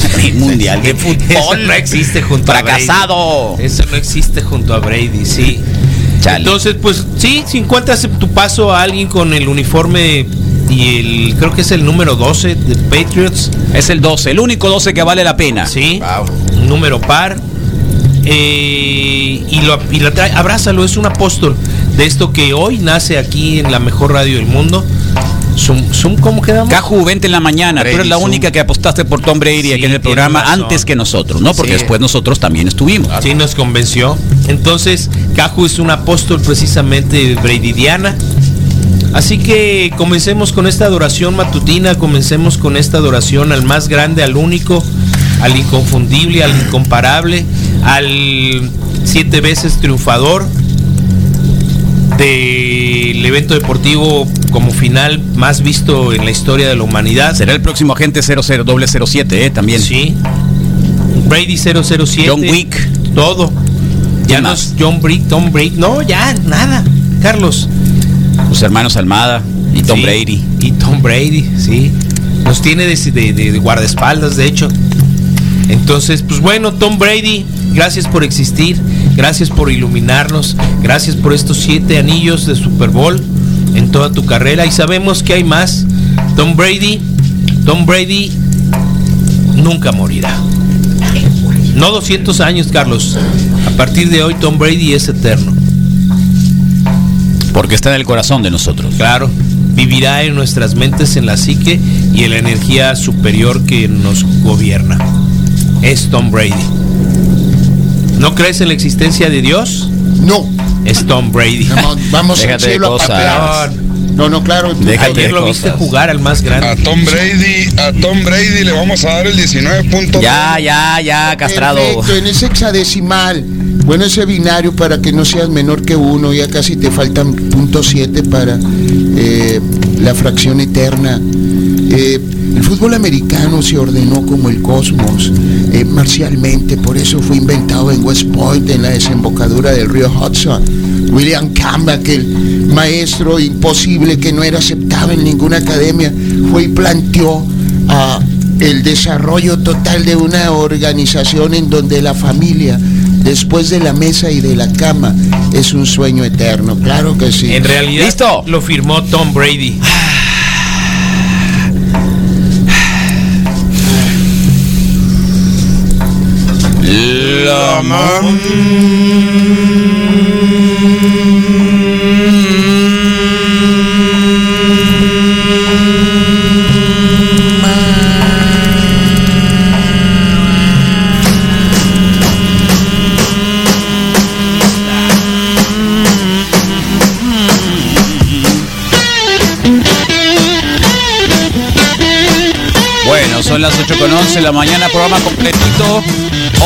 Speaker 3: Brady no mundial de
Speaker 9: Eso
Speaker 3: fútbol
Speaker 9: no existe junto
Speaker 3: Fracasado.
Speaker 9: a Brady. Eso no existe junto a Brady, sí. Entonces, pues sí, si encuentras tu paso a alguien con el uniforme y el creo que es el número 12 de Patriots.
Speaker 3: Es el 12, el único 12 que vale la pena.
Speaker 9: Sí. un Número par. Eh, y lo, y lo trae- abrázalo, es un apóstol de esto que hoy nace aquí en la mejor radio del mundo. Zoom, Zoom, ¿cómo quedamos?
Speaker 3: Caju, vente en la mañana. Tú eres
Speaker 9: Brady,
Speaker 3: la
Speaker 9: Zoom.
Speaker 3: única que apostaste por Tom Brady aquí en el programa
Speaker 9: razón.
Speaker 3: antes que nosotros, ¿no? Porque
Speaker 9: Sí.
Speaker 3: después nosotros también estuvimos.
Speaker 9: Sí, nos convenció. Entonces, Caju es un apóstol precisamente Bradydiana. Así que comencemos con esta adoración matutina, comencemos con esta adoración al más grande, al único, al inconfundible, al incomparable, al siete veces triunfador del evento deportivo como final más visto en la historia de la humanidad.
Speaker 3: Será el próximo agente 007, ¿eh? También.
Speaker 9: Sí. Brady 007.
Speaker 3: John Wick.
Speaker 9: Todo. Ya no es John Brick, Tom Brick. No, ya, nada. Carlos.
Speaker 3: Los hermanos Almada y Tom
Speaker 9: Sí,
Speaker 3: Brady.
Speaker 9: Y Tom Brady, sí. Nos tiene de, de- de- de guardaespaldas, de hecho. Entonces, pues bueno, Tom Brady, gracias por existir, gracias por iluminarnos, gracias por estos siete anillos de Super Bowl en toda tu carrera. Y sabemos que hay más. Tom Brady, Tom Brady nunca morirá. No 200 años, Carlos. A partir de hoy, Tom Brady es eterno.
Speaker 3: Porque está en el corazón de nosotros.
Speaker 9: Claro, vivirá en nuestras mentes, en la psique y en la energía superior que nos gobierna. Es Tom Brady. ¿No crees en la existencia de Dios?
Speaker 12: No.
Speaker 9: Es Tom Brady.
Speaker 12: Vamos, vamos a
Speaker 9: Déjate de
Speaker 12: decirlo a
Speaker 9: cosas.
Speaker 12: papear. No, no, claro. tú-
Speaker 9: Ayer lo viste jugar al más grande.
Speaker 6: A Tom Brady, a Tom Brady le vamos a dar el 19.3.
Speaker 3: Ya, ya, ya, castrado.
Speaker 12: Perfecto, en ese hexadecimal. Bueno, ese binario para que no seas menor que uno, ya casi te faltan punto siete para eh, la fracción eterna. Eh, el fútbol americano se ordenó como el cosmos, eh, marcialmente, por eso fue inventado en West Point, en la desembocadura del río Hudson. William Campbell, aquel maestro imposible que no era aceptado en ninguna academia, fue y planteó a el desarrollo total de una organización en donde la familia, después de la mesa y de la cama, es un sueño eterno. Claro que sí.
Speaker 9: En realidad lo firmó Tom Brady.
Speaker 3: La Bueno, son las 8 con 11 de la mañana, programa completito.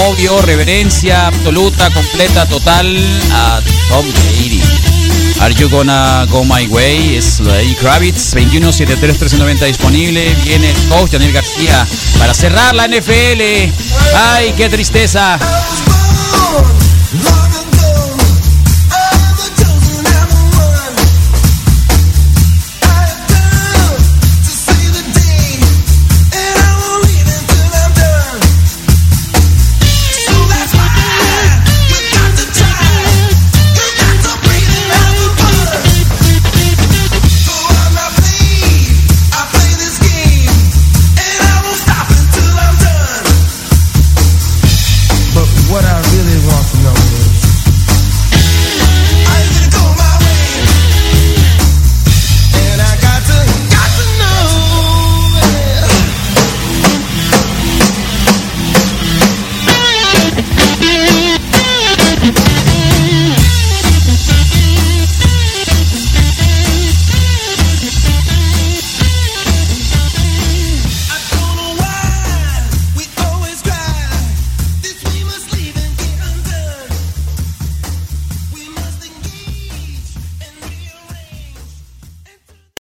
Speaker 3: Obvio, reverencia absoluta, completa, total a Tom Brady. Are you gonna go my way? Es lo de E. Kravitz, 21-73-390 disponible. Viene el coach Daniel García para cerrar la NFL. ¡Ay, qué tristeza!